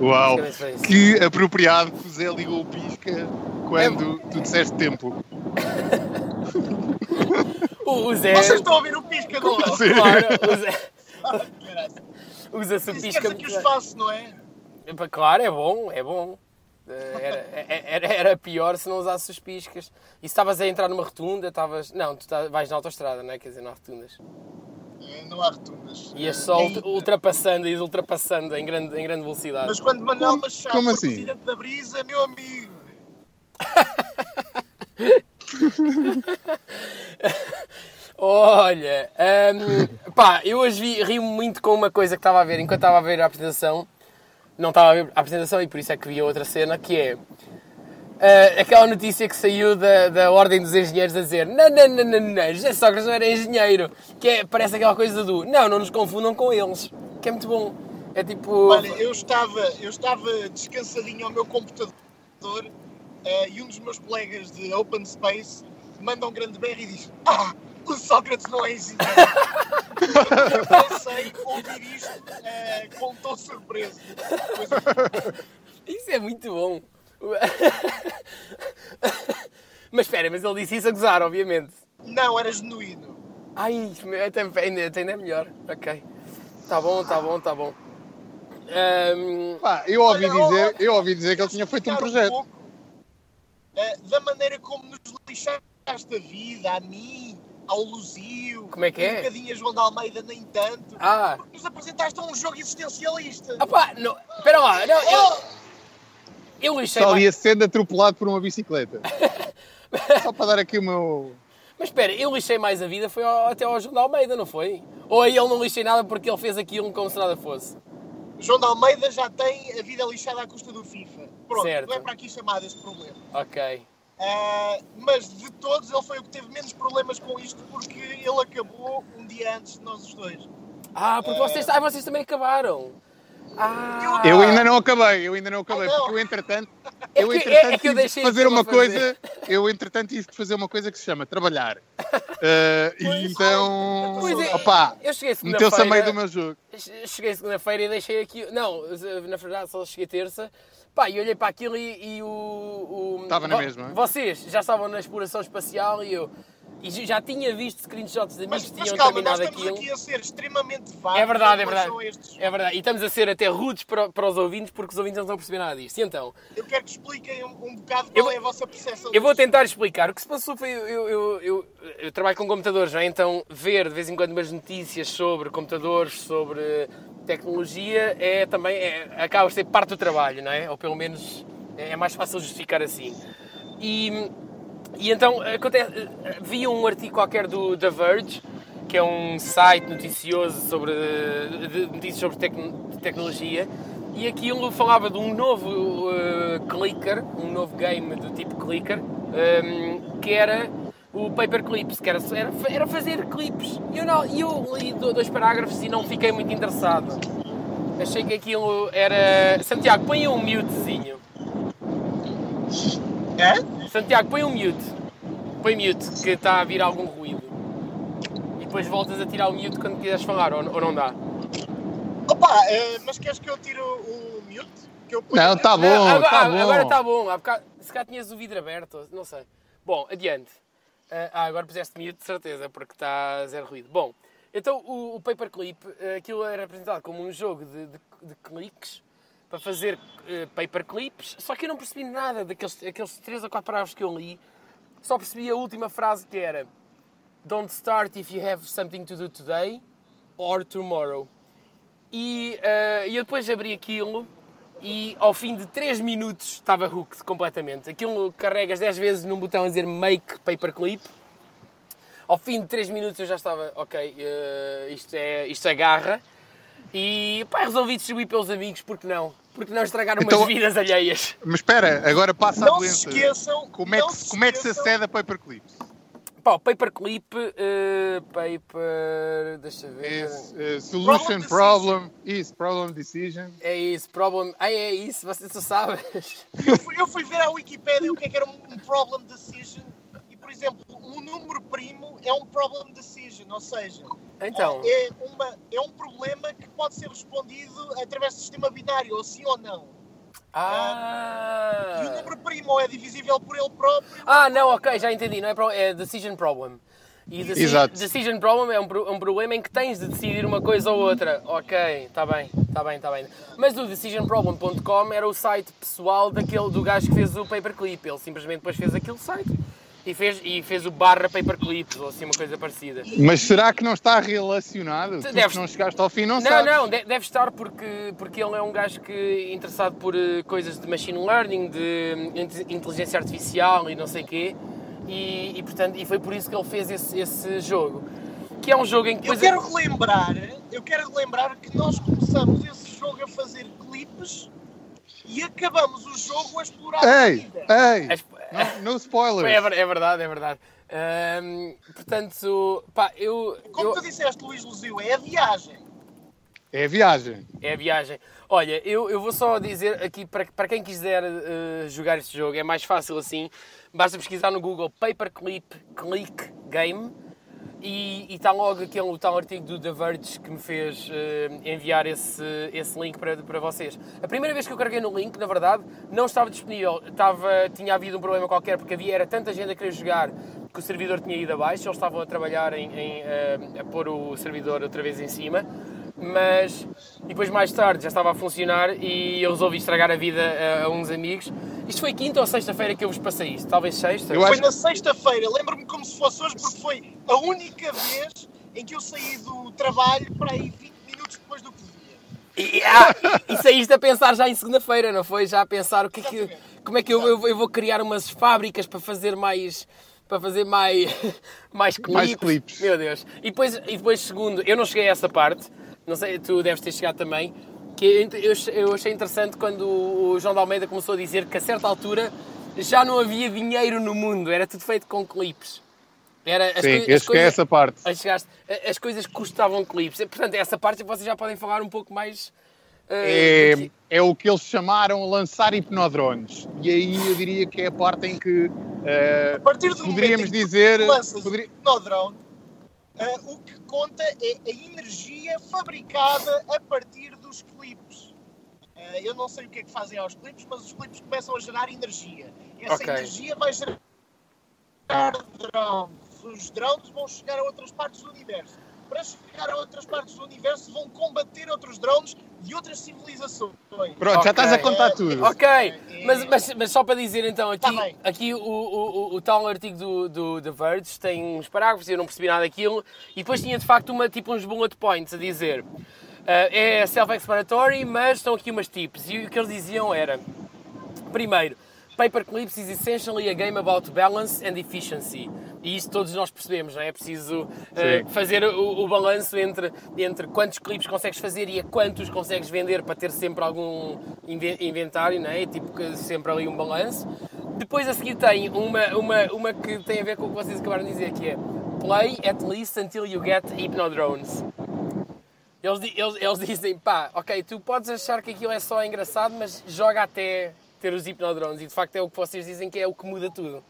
[SPEAKER 5] Uau!
[SPEAKER 2] Basicamente foi isso.
[SPEAKER 5] Que apropriado que o Zé ligou o pisca quando tu disseste tempo.
[SPEAKER 2] O, o Zé,
[SPEAKER 3] Vocês estão a ouvir o pisca do lado.
[SPEAKER 2] claro, o Zé
[SPEAKER 3] Caralho.
[SPEAKER 2] usa-se o
[SPEAKER 3] Isso quer
[SPEAKER 2] pisca.
[SPEAKER 3] dizer que os faço, não é?
[SPEAKER 2] Epá, Claro, é bom, é bom. Eh, Era, era, era pior se não usasses os piscas. E se estavas a entrar numa rotunda, estavas. Não, tu tá- vais na autostrada, não é? Quer dizer, não há rotundas.
[SPEAKER 3] É, Não há rotundas.
[SPEAKER 2] Ias só
[SPEAKER 3] É,
[SPEAKER 2] ult- ultrapassando e ultrapassando em grande, em grande velocidade.
[SPEAKER 3] Mas quando Manuel Machado
[SPEAKER 5] como
[SPEAKER 3] foi
[SPEAKER 5] assim?
[SPEAKER 3] presidente da Brisa, meu amigo.
[SPEAKER 2] Olha, hum, pá, eu hoje vi, ri muito com uma coisa que estava a ver enquanto estava a ver a apresentação. Não estava a ver a apresentação e por isso é que vi a outra cena, que é ah, aquela notícia que saiu da, da Ordem dos Engenheiros a dizer não, não, não, não, não, José Sócrates não era engenheiro, que é, parece aquela coisa do não, não nos confundam com eles, que é muito bom. É tipo...
[SPEAKER 3] Olha, eu estava, eu estava descansadinho ao meu computador eh, e um dos meus colegas de Open Space manda um grande berro e diz Ah, o Sócrates não é engenheiro. Eu sei ouvir isto eh, com tão surpreso. Pois
[SPEAKER 2] Isso é muito bom. [laughs] mas espera, mas ele disse isso a gozar, obviamente.
[SPEAKER 3] Não, era genuíno.
[SPEAKER 2] Ai, até, ainda, até ainda é melhor. Ok. Tá bom, tá bom, tá bom. Ahm,
[SPEAKER 5] Pá, eu ouvi
[SPEAKER 3] Olha, ó,
[SPEAKER 5] dizer,
[SPEAKER 3] ó,
[SPEAKER 5] eu ouvi dizer que ele tinha feito um
[SPEAKER 3] explicar
[SPEAKER 5] projeto.
[SPEAKER 3] pouco, eh, da maneira como nos lixaste a vida, a mim, ao Luzio.
[SPEAKER 2] Como é que é?
[SPEAKER 3] Um bocadinho a João de Almeida, nem tanto.
[SPEAKER 2] ah,
[SPEAKER 3] Nos apresentaste a um jogo existencialista. Oh!
[SPEAKER 2] opá, não, espera lá, não, eu, eu lixei,
[SPEAKER 5] Só
[SPEAKER 2] mais,
[SPEAKER 5] ia sendo atropelado por
[SPEAKER 2] [laughs]
[SPEAKER 5] uma bicicleta. Só para dar aqui o meu.
[SPEAKER 2] mas espera, eu lixei mais a vida foi ao- até ao João de Almeida, não foi? Ou aí ele não lixei nada porque ele fez aquilo como se nada fosse?
[SPEAKER 3] João de Almeida já tem a vida lixada à custa do FIFA. Pronto,
[SPEAKER 2] Certo.
[SPEAKER 3] não é para aqui chamar este problema.
[SPEAKER 2] Ok.
[SPEAKER 3] Ah, mas de todos, ele foi o que teve menos problemas com isto porque ele acabou um dia antes de nós os dois.
[SPEAKER 2] Ah, porque vocês, ah, vocês também acabaram. Ah,
[SPEAKER 5] Eu ainda não acabei, eu ainda não acabei,
[SPEAKER 3] Ah, não.
[SPEAKER 5] porque eu entretanto,
[SPEAKER 2] É
[SPEAKER 5] eu
[SPEAKER 2] que- é-
[SPEAKER 5] entretanto
[SPEAKER 2] é que eu
[SPEAKER 5] tive
[SPEAKER 2] deixei
[SPEAKER 5] de fazer
[SPEAKER 2] aquilo a
[SPEAKER 5] uma
[SPEAKER 2] fazer.
[SPEAKER 5] coisa, eu entretanto tive de fazer uma coisa que se chama trabalhar. Eh, e
[SPEAKER 3] Pois.
[SPEAKER 5] então,
[SPEAKER 2] Pois é,
[SPEAKER 5] opá,
[SPEAKER 2] eu cheguei
[SPEAKER 5] meteu-se a meio
[SPEAKER 2] segunda-feira.
[SPEAKER 5] do meu jogo.
[SPEAKER 2] che- Cheguei segunda-feira e deixei aqui. Não, na verdade só cheguei terça. Pá, e olhei para aquilo e, e o, o.
[SPEAKER 5] Estava na
[SPEAKER 2] vo-
[SPEAKER 5] mesma.
[SPEAKER 2] Vocês já estavam na exploração espacial e eu. E ju- já tinha visto screenshots de amigos
[SPEAKER 3] Mas,
[SPEAKER 2] que
[SPEAKER 3] mas
[SPEAKER 2] tinham
[SPEAKER 3] calma, nós
[SPEAKER 2] terminado
[SPEAKER 3] estamos
[SPEAKER 2] aquilo.
[SPEAKER 3] aqui a ser extremamente vagos.
[SPEAKER 2] É verdade, é
[SPEAKER 3] mas
[SPEAKER 2] verdade.
[SPEAKER 3] são estes-
[SPEAKER 2] É verdade. E estamos a ser até rudes para, para os ouvintes porque os ouvintes não estão a perceber nada disto. E então,
[SPEAKER 3] Eu quero que expliquem um, um bocado
[SPEAKER 2] Eu
[SPEAKER 3] qual
[SPEAKER 2] vou-
[SPEAKER 3] é a vossa percepção.
[SPEAKER 2] Eu vou
[SPEAKER 3] disto.
[SPEAKER 2] tentar explicar. O que se passou foi. Eu, eu, eu- eu- eu trabalho com computadores, não é? Então, ver de vez em quando umas notícias sobre computadores, sobre tecnologia, é também. É, acaba por ser parte do trabalho, não é? Ou pelo menos é mais fácil justificar assim. E, e então, acontece, vi um artigo qualquer do The Verge, que é um site noticioso sobre eh, de notícias sobre tecno- tecnologia, e aquilo falava de um novo eh, clicker, um novo game do tipo clicker, ehm, que era o Paperclips, que era, era, era fazer clips. E eu, não, e eu li do- dois parágrafos e não fiquei muito interessado. Achei que aquilo era. Santiago, põe um mutezinho.
[SPEAKER 3] Hã?
[SPEAKER 2] Santiago, põe um mute. Põe mute, que está a vir algum ruído. E depois voltas a tirar o mute quando quiseres falar, ou, ou não dá.
[SPEAKER 3] Opa, eh, mas queres que eu tire o, o mute? Que eu ponho-
[SPEAKER 5] Não, tá bom,
[SPEAKER 2] Não, agora,
[SPEAKER 5] tá bom.
[SPEAKER 2] agora está bom. Há bocado, se cá tinhas o vidro aberto, não sei. Bom, adiante. Ah, Ah, agora puseste mute, de certeza, porque está zero ruído. Bom, então o, o Paperclip, ah, aquilo era apresentado como um jogo de, de, de cliques para fazer ah, paperclips, só que eu não percebi nada daqueles aqueles três ou quatro parágrafos que eu li. Só percebi a última frase que era Don't start if you have something to do today or tomorrow. E ah, e eu depois abri aquilo e ao fim de 3 minutos estava hooked completamente. Aquilo carregas 10 vezes num botão a dizer make paperclip. Ao fim de 3 minutos eu já estava, ok, eh, isto, é, isto agarra. E pá, resolvi distribuir pelos amigos, porque não? Porque não estragar umas
[SPEAKER 5] Então-
[SPEAKER 2] vidas alheias.
[SPEAKER 5] Mas espera, agora passa a
[SPEAKER 3] Não se
[SPEAKER 5] doença.
[SPEAKER 3] esqueçam.
[SPEAKER 5] tá Como é,
[SPEAKER 3] não
[SPEAKER 5] que, se- como é que se
[SPEAKER 3] esqueçam-
[SPEAKER 5] acede a Paperclips?
[SPEAKER 2] Pá, o paperclip, eh, paper. deixa eu ver.
[SPEAKER 5] Esse, eh, solution
[SPEAKER 3] Problem
[SPEAKER 5] problem, isso, problem decision.
[SPEAKER 2] É isso, problem. Ai, é isso, você só sabe. [laughs]
[SPEAKER 3] Eu fui, eu fui ver à Wikipédia o que é que era um, um problem decision. E, por exemplo, um número primo é um problem decision. Ou seja,
[SPEAKER 2] Então.
[SPEAKER 3] é, uma, é um problema que pode ser respondido através do sistema binário, ou sim ou não. E o
[SPEAKER 2] Ah!
[SPEAKER 3] número primo ou é divisível por ele próprio.
[SPEAKER 2] Ah, não, ok, já entendi. Não é, pro- é decision problem. E deci-
[SPEAKER 5] Exato.
[SPEAKER 2] decision problem é um, pro- um problema em que tens de decidir uma coisa ou outra. Ok, está bem, está bem, está bem. Mas o decisionproblem.com era o site pessoal daquele do gajo que fez o paperclip. Ele simplesmente depois fez aquele site e fez, e fez o barra paperclips ou assim uma coisa parecida.
[SPEAKER 5] Mas será que não está relacionado? Tu que
[SPEAKER 2] deves-
[SPEAKER 5] não chegaste ao fim, não,
[SPEAKER 2] Não,
[SPEAKER 5] sabes.
[SPEAKER 2] não, de- deve estar porque, porque ele é um gajo que é interessado por eh, coisas de machine learning, de hum, inte- inteligência artificial e não sei quê. E, e, portanto, e foi por isso que ele fez esse, esse jogo. Que é um jogo em que
[SPEAKER 3] Eu
[SPEAKER 2] depois-
[SPEAKER 3] quero relembrar, eu quero relembrar que nós começamos esse jogo a fazer clipes e acabamos o jogo a explorar a
[SPEAKER 5] Ei,
[SPEAKER 3] vida.
[SPEAKER 5] ei,
[SPEAKER 2] As-
[SPEAKER 5] não- no
[SPEAKER 2] É,
[SPEAKER 5] spoiler.
[SPEAKER 2] ver- é verdade, é verdade. Hum, portanto, pá, eu,
[SPEAKER 3] Como
[SPEAKER 2] eu-
[SPEAKER 3] tu disseste, Luís Luzio, é a viagem.
[SPEAKER 5] É a viagem.
[SPEAKER 2] É a viagem. Olha, eu, eu vou só dizer aqui para, para quem quiser eh, jogar este jogo, é mais fácil assim. Basta pesquisar no Google Paperclip Click Game e e está logo aquele o tal artigo do The Verge que me fez eh, enviar esse, esse link para, para vocês. A primeira vez que eu carreguei no link, na verdade, não estava disponível. Estava, tinha havido um problema qualquer porque havia era tanta gente a querer jogar que o servidor tinha ido abaixo. Eles estavam a trabalhar em, em, eh, a pôr o servidor outra vez em cima mas e depois mais tarde já estava a funcionar e eu resolvi estragar a vida a, a uns amigos. Isto foi quinta ou sexta-feira que eu vos passei isto? Talvez sexta?
[SPEAKER 5] Eu acho-
[SPEAKER 3] Foi na sexta-feira, lembro-me como se fosse hoje, porque foi a única vez em que eu saí do trabalho para aí 20 minutos depois do que devia.
[SPEAKER 2] E, ah, e saíste a pensar já em segunda-feira, não foi? Já a pensar o que é que, como é que eu, eu, eu vou criar umas fábricas para fazer mais para fazer mais mais clipes.
[SPEAKER 5] Mais clipes.
[SPEAKER 2] Meu Deus. E depois, e depois segundo, eu não cheguei a essa parte. Não sei, tu deves ter chegado também. Que eu, eu, eu achei interessante quando o João de Almeida começou a dizer que a certa altura já não havia dinheiro no mundo, era tudo feito com clipes. Era as
[SPEAKER 5] Sim,
[SPEAKER 2] coi- as
[SPEAKER 5] eu cheguei a
[SPEAKER 2] coisas-
[SPEAKER 5] essa parte.
[SPEAKER 2] Aí chegaste- a- as coisas custavam clipes. Portanto, essa parte vocês já podem falar um pouco mais eh,
[SPEAKER 5] É, é o que eles chamaram lançar hipnodrones. E aí eu diria que é a parte em que eh,
[SPEAKER 3] A partir do momento em
[SPEAKER 5] poderíamos
[SPEAKER 3] que
[SPEAKER 5] dizer.
[SPEAKER 3] tu lanças o
[SPEAKER 5] poderi-
[SPEAKER 3] hipnodrone, ah, o que conta é a energia fabricada a partir dos clipes. Ah, eu não sei o que é que fazem aos clipes, mas os clipes começam a gerar energia. Essa
[SPEAKER 2] Ok.
[SPEAKER 3] energia vai gerar drones. Os drones vão chegar a outras partes do universo. Para chegar a outras partes do universo, vão combater outros drones de outras civilizações.
[SPEAKER 5] Pronto, já estás a
[SPEAKER 2] Ok.
[SPEAKER 5] contar tudo.
[SPEAKER 2] Ok,
[SPEAKER 3] É-
[SPEAKER 2] mas, mas- mas só para dizer então, aqui,
[SPEAKER 3] Tá bem.
[SPEAKER 2] aqui o, o, o- o tal artigo do, do The Verge tem uns parágrafos, eu não percebi nada daquilo, e depois tinha de facto uma, tipo uns bullet points a dizer. ah, é self-explanatory, mas estão aqui umas tips. E o que eles diziam era: primeiro, paperclips is essentially a game about balance and efficiency. E isto todos nós percebemos, não é? É preciso eh, fazer o, o balanço entre, entre quantos clipes consegues fazer e a quantos consegues vender para ter sempre algum inve- inventário, não é? Tipo, que sempre ali um balanço. Depois a seguir tem uma, uma, uma que tem a ver com o que vocês acabaram de dizer, que é Play at least until you get hypnodrones. Eles, di- eles- eles dizem, pá, ok, tu podes achar que aquilo é só engraçado, mas joga até ter os hipnodrones. E de facto é o que vocês dizem que é o que muda tudo.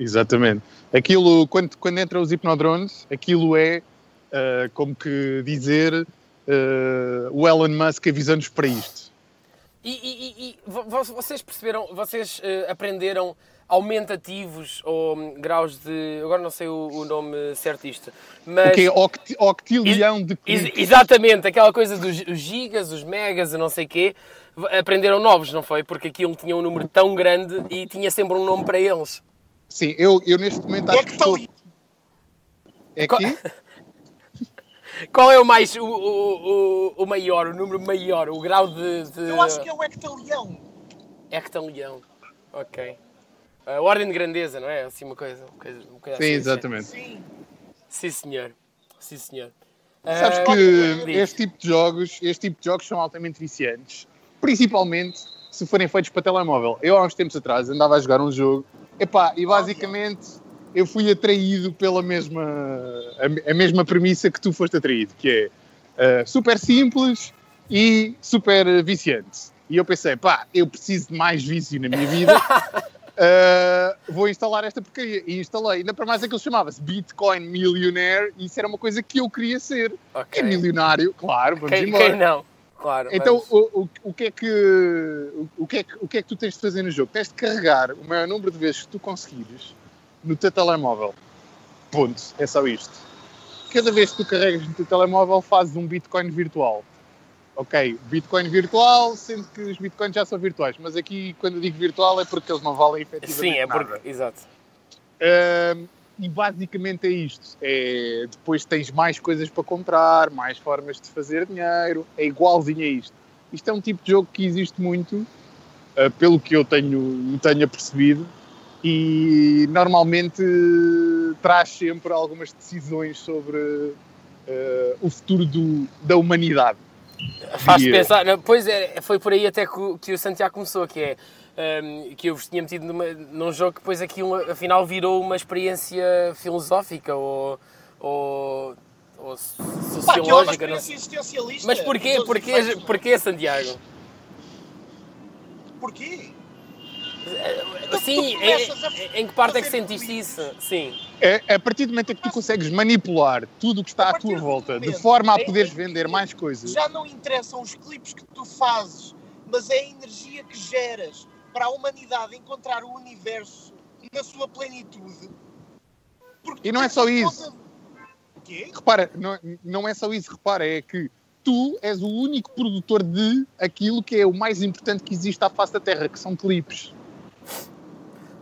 [SPEAKER 5] Exatamente. Aquilo, quando, quando entram os hipnodrones, aquilo é, ah, como que dizer, ah, o Elon Musk avisando-nos para isto.
[SPEAKER 2] E, e- e- e vo- vo- vocês perceberam, vocês eh, aprenderam aumentativos ou hum, graus de. Agora não sei o, o nome certo disto, mas.
[SPEAKER 5] Que é octi- octilhão de
[SPEAKER 2] Ex-
[SPEAKER 5] cliques.
[SPEAKER 2] exatamente, aquela coisa dos os gigas, os megas e não sei quê, v- aprenderam novos, não foi? Porque aquilo tinha um número tão grande e tinha sempre um nome para eles.
[SPEAKER 5] Sim, eu, eu neste momento acho que estou...
[SPEAKER 3] Hectolitros.
[SPEAKER 5] É
[SPEAKER 2] [laughs] Co-
[SPEAKER 5] aqui?
[SPEAKER 2] Qual é o mais, o, o, o- o maior, o número maior, o grau de... de...
[SPEAKER 3] Eu acho que é o hectaleão.
[SPEAKER 2] Hectaleão. Ok. A ordem de grandeza, não é? Assim uma coisa... Uma coisa, uma coisa
[SPEAKER 5] Sim,
[SPEAKER 2] assim,
[SPEAKER 5] exatamente.
[SPEAKER 3] Sim.
[SPEAKER 2] Sim, senhor. Sim, senhor.
[SPEAKER 5] Sabes
[SPEAKER 2] Ah,
[SPEAKER 5] que
[SPEAKER 2] diz.
[SPEAKER 5] este tipo de jogos, este tipo de jogos são altamente viciantes, principalmente se forem feitos para telemóvel. Eu há uns tempos atrás andava a jogar um jogo, epá, e basicamente eu fui atraído pela mesma a, a mesma premissa que tu foste atraído, que é ah, super simples e super viciante. E eu pensei, pá, eu preciso de mais vício na minha vida. ah, vou instalar esta porcaria. E instalei. Ainda para mais aquilo chamava-se Bitcoin Millionaire. E isso era uma coisa que eu queria ser.
[SPEAKER 2] Ok.
[SPEAKER 5] É milionário, claro, vamos
[SPEAKER 2] Quem,
[SPEAKER 5] embora.
[SPEAKER 2] quem não? Claro.
[SPEAKER 5] então,
[SPEAKER 2] vamos.
[SPEAKER 5] o, o, o que é que, o, o que é que, o que é que tu tens de fazer no jogo? Tens de carregar o maior número de vezes que tu conseguires no teu telemóvel. Ponto. É só isto. Cada vez que tu carregas no teu telemóvel, fazes um Bitcoin virtual. Ok, Bitcoin virtual, sendo que os Bitcoins já são virtuais, mas aqui quando eu digo virtual é porque eles não valem efetivamente
[SPEAKER 2] Sim, é
[SPEAKER 5] nada.
[SPEAKER 2] porque... Exato.
[SPEAKER 5] Ahm, e basicamente é isto. É, depois tens mais coisas para comprar, mais formas de fazer dinheiro. É igualzinho a isto. Isto é um tipo de jogo que existe muito, ah, pelo que eu tenho, me tenho apercebido, e normalmente traz sempre algumas decisões sobre ah, o futuro do- da humanidade.
[SPEAKER 2] Faz
[SPEAKER 5] Diria.
[SPEAKER 2] pensar, não, pois é, foi por aí até que, o- que o Santiago começou, que é hum, que eu vos tinha metido numa- num jogo que depois aquilo afinal virou uma experiência filosófica ou, ou, ou
[SPEAKER 3] Pá, que é uma
[SPEAKER 2] sociológica. não
[SPEAKER 3] experiência
[SPEAKER 2] sei.
[SPEAKER 3] existencialista.
[SPEAKER 2] Mas porquê,
[SPEAKER 3] Todos
[SPEAKER 2] porquê,
[SPEAKER 3] os efeitos.
[SPEAKER 2] porquê Santiago?
[SPEAKER 3] Porquê?
[SPEAKER 2] Sim,
[SPEAKER 3] Então começas a
[SPEAKER 2] em, em que parte é que
[SPEAKER 3] fazer
[SPEAKER 2] sentiste
[SPEAKER 3] cliques.
[SPEAKER 2] isso? Sim,
[SPEAKER 5] É, a partir do momento em que tu consegues manipular tudo o que
[SPEAKER 3] A
[SPEAKER 5] está à
[SPEAKER 3] partir
[SPEAKER 5] tua
[SPEAKER 3] do
[SPEAKER 5] volta, de
[SPEAKER 3] momento
[SPEAKER 5] forma a
[SPEAKER 3] em
[SPEAKER 5] poderes
[SPEAKER 3] que
[SPEAKER 5] vender
[SPEAKER 3] tu
[SPEAKER 5] mais coisas,
[SPEAKER 3] Já não interessam os clipes que tu fazes, mas é a energia que geras para a humanidade encontrar o universo na sua plenitude. Porque
[SPEAKER 5] E
[SPEAKER 3] tu
[SPEAKER 5] não é
[SPEAKER 3] tens
[SPEAKER 5] só
[SPEAKER 3] toda-
[SPEAKER 5] isso.
[SPEAKER 3] O quê?
[SPEAKER 5] repara, não, não é só isso, repara, é que tu és o único produtor de aquilo que é o mais importante que existe à face da Terra, que são clipes.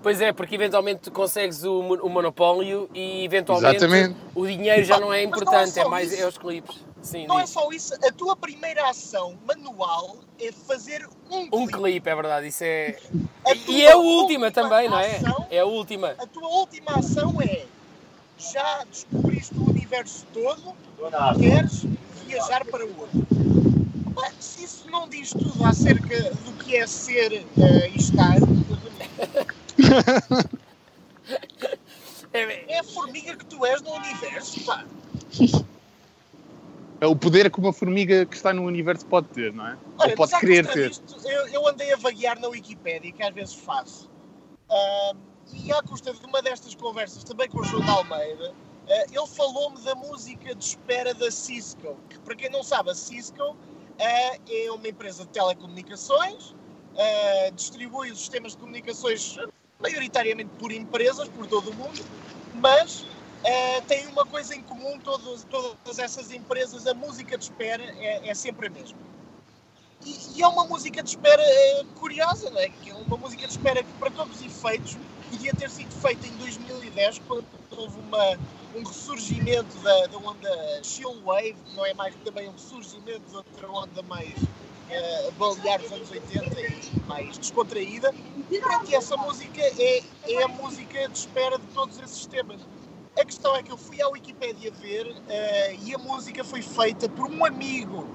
[SPEAKER 2] pois é, porque eventualmente tu consegues o, mon- o monopólio e eventualmente
[SPEAKER 5] Exatamente.
[SPEAKER 2] o dinheiro já não é
[SPEAKER 3] Mas não é
[SPEAKER 2] importante, é,
[SPEAKER 3] só
[SPEAKER 2] mais
[SPEAKER 3] isso.
[SPEAKER 2] é os clipes. Sim,
[SPEAKER 3] Não é
[SPEAKER 2] diz.
[SPEAKER 3] só isso. A tua primeira ação manual é fazer um,
[SPEAKER 2] Um
[SPEAKER 3] clipe.
[SPEAKER 2] clipe, é verdade, isso é.
[SPEAKER 3] A
[SPEAKER 2] E
[SPEAKER 3] tua
[SPEAKER 2] é a última também, não é?
[SPEAKER 3] ação
[SPEAKER 2] É a última.
[SPEAKER 3] A tua última ação é já descobriste o universo todo, queres viajar para o outro. Pá, Se isso não diz tudo acerca do que é ser eh, e estar,
[SPEAKER 2] É-
[SPEAKER 3] é a formiga que tu és no universo, pá.
[SPEAKER 5] é o poder que uma formiga que está no universo pode ter, não é? Ou pode
[SPEAKER 3] já que
[SPEAKER 5] querer
[SPEAKER 3] está
[SPEAKER 5] ter.
[SPEAKER 3] disto, eu, eu andei a vaguear na Wikipédia, que às vezes faço, Ahm, e à custa de uma destas conversas, também com o João de Almeida, ah, ele falou-me da música de espera da Cisco, que para quem não sabe, a Cisco ah, é uma empresa de telecomunicações, ah, distribui os sistemas de comunicações maioritariamente por empresas, por todo o mundo, mas ah, tem uma coisa em comum todas, todas essas empresas, a música de espera é- é sempre a mesma. E, e é uma música de espera eh, curiosa, não é? Que é uma música de espera que, para todos os efeitos, podia ter sido feita em 2010, quando houve uma, um ressurgimento da, da onda Chillwave, que não é mais que também um ressurgimento de outra onda mais eh, balear dos anos 80 e mais descontraída. E pronto, e essa música é, é a música de espera de todos esses temas. A questão é que eu fui à Wikipédia ver eh, e a música foi feita por um amigo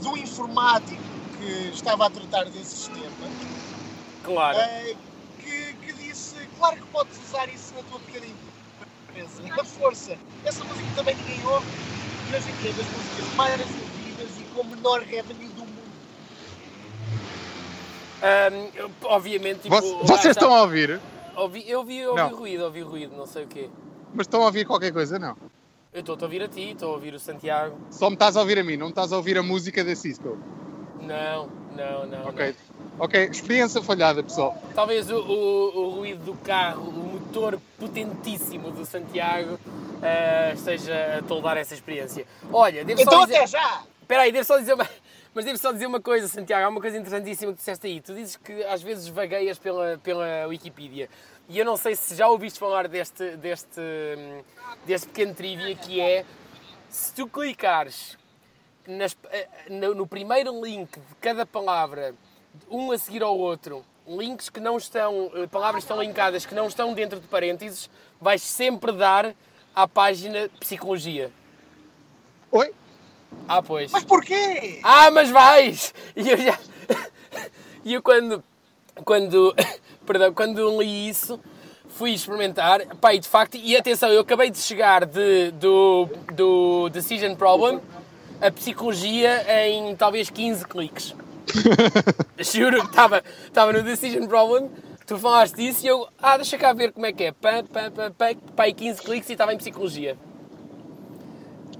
[SPEAKER 3] de um informático que estava a tratar desse sistema,
[SPEAKER 2] Claro.
[SPEAKER 3] eh, que, que disse, claro que podes usar isso na tua pequena empresa, na força. Essa música também ninguém ouve, mas aqui é das músicas mais ouvidas e com o menor revenue do mundo.
[SPEAKER 2] Ahm, obviamente, tipo,
[SPEAKER 5] Vo-
[SPEAKER 2] o gajo
[SPEAKER 5] Vocês
[SPEAKER 2] tá-
[SPEAKER 5] estão a ouvir,
[SPEAKER 2] Ouvi, eu ouvi, ouvi
[SPEAKER 5] Não.
[SPEAKER 2] ruído, ouvi ruído, não sei o quê.
[SPEAKER 5] mas estão a ouvir qualquer coisa, não.
[SPEAKER 2] Eu estou a ouvir a ti, estou a ouvir o Santiago.
[SPEAKER 5] Só me estás a ouvir a mim, não me estás a ouvir a música da Cisco.
[SPEAKER 2] Não, não, não.
[SPEAKER 5] Ok. Ok, experiência falhada, pessoal.
[SPEAKER 2] não. Talvez o, o- o ruído do carro, o motor potentíssimo do Santiago, ah, esteja a toldar essa experiência. Olha, devo
[SPEAKER 3] Então
[SPEAKER 2] só dizer...
[SPEAKER 3] até já!
[SPEAKER 2] Espera aí, devo só dizer uma... [laughs] Mas devo só dizer uma coisa, Santiago, há uma coisa interessantíssima que disseste aí. Tu dizes que às vezes vagueias pela, pela Wikipédia. E eu não sei se já ouviste falar deste, deste, hum, deste pequeno trivia que é se tu clicares nas- eh, no, no primeiro link de cada palavra, um a seguir ao outro, links que não estão, eh, palavras que estão linkadas que não estão dentro de parênteses, vais sempre dar à página Psicologia.
[SPEAKER 5] Oi?
[SPEAKER 2] Ah, pois.
[SPEAKER 3] Mas porquê?
[SPEAKER 2] Ah, mas vais! E eu já. [laughs] E eu quando. Quando. [coughs] Perdão, quando li isso, fui experimentar. Pá, e de facto. E atenção, eu acabei de chegar de, do, do Decision Problem a psicologia em talvez 15 cliques. Juro que estava estava no Decision Problem. Tu falaste disso e eu. Ah, deixa cá ver como é que é. Pá, pá, pá, pá, pá, e 15 cliques e estava em psicologia.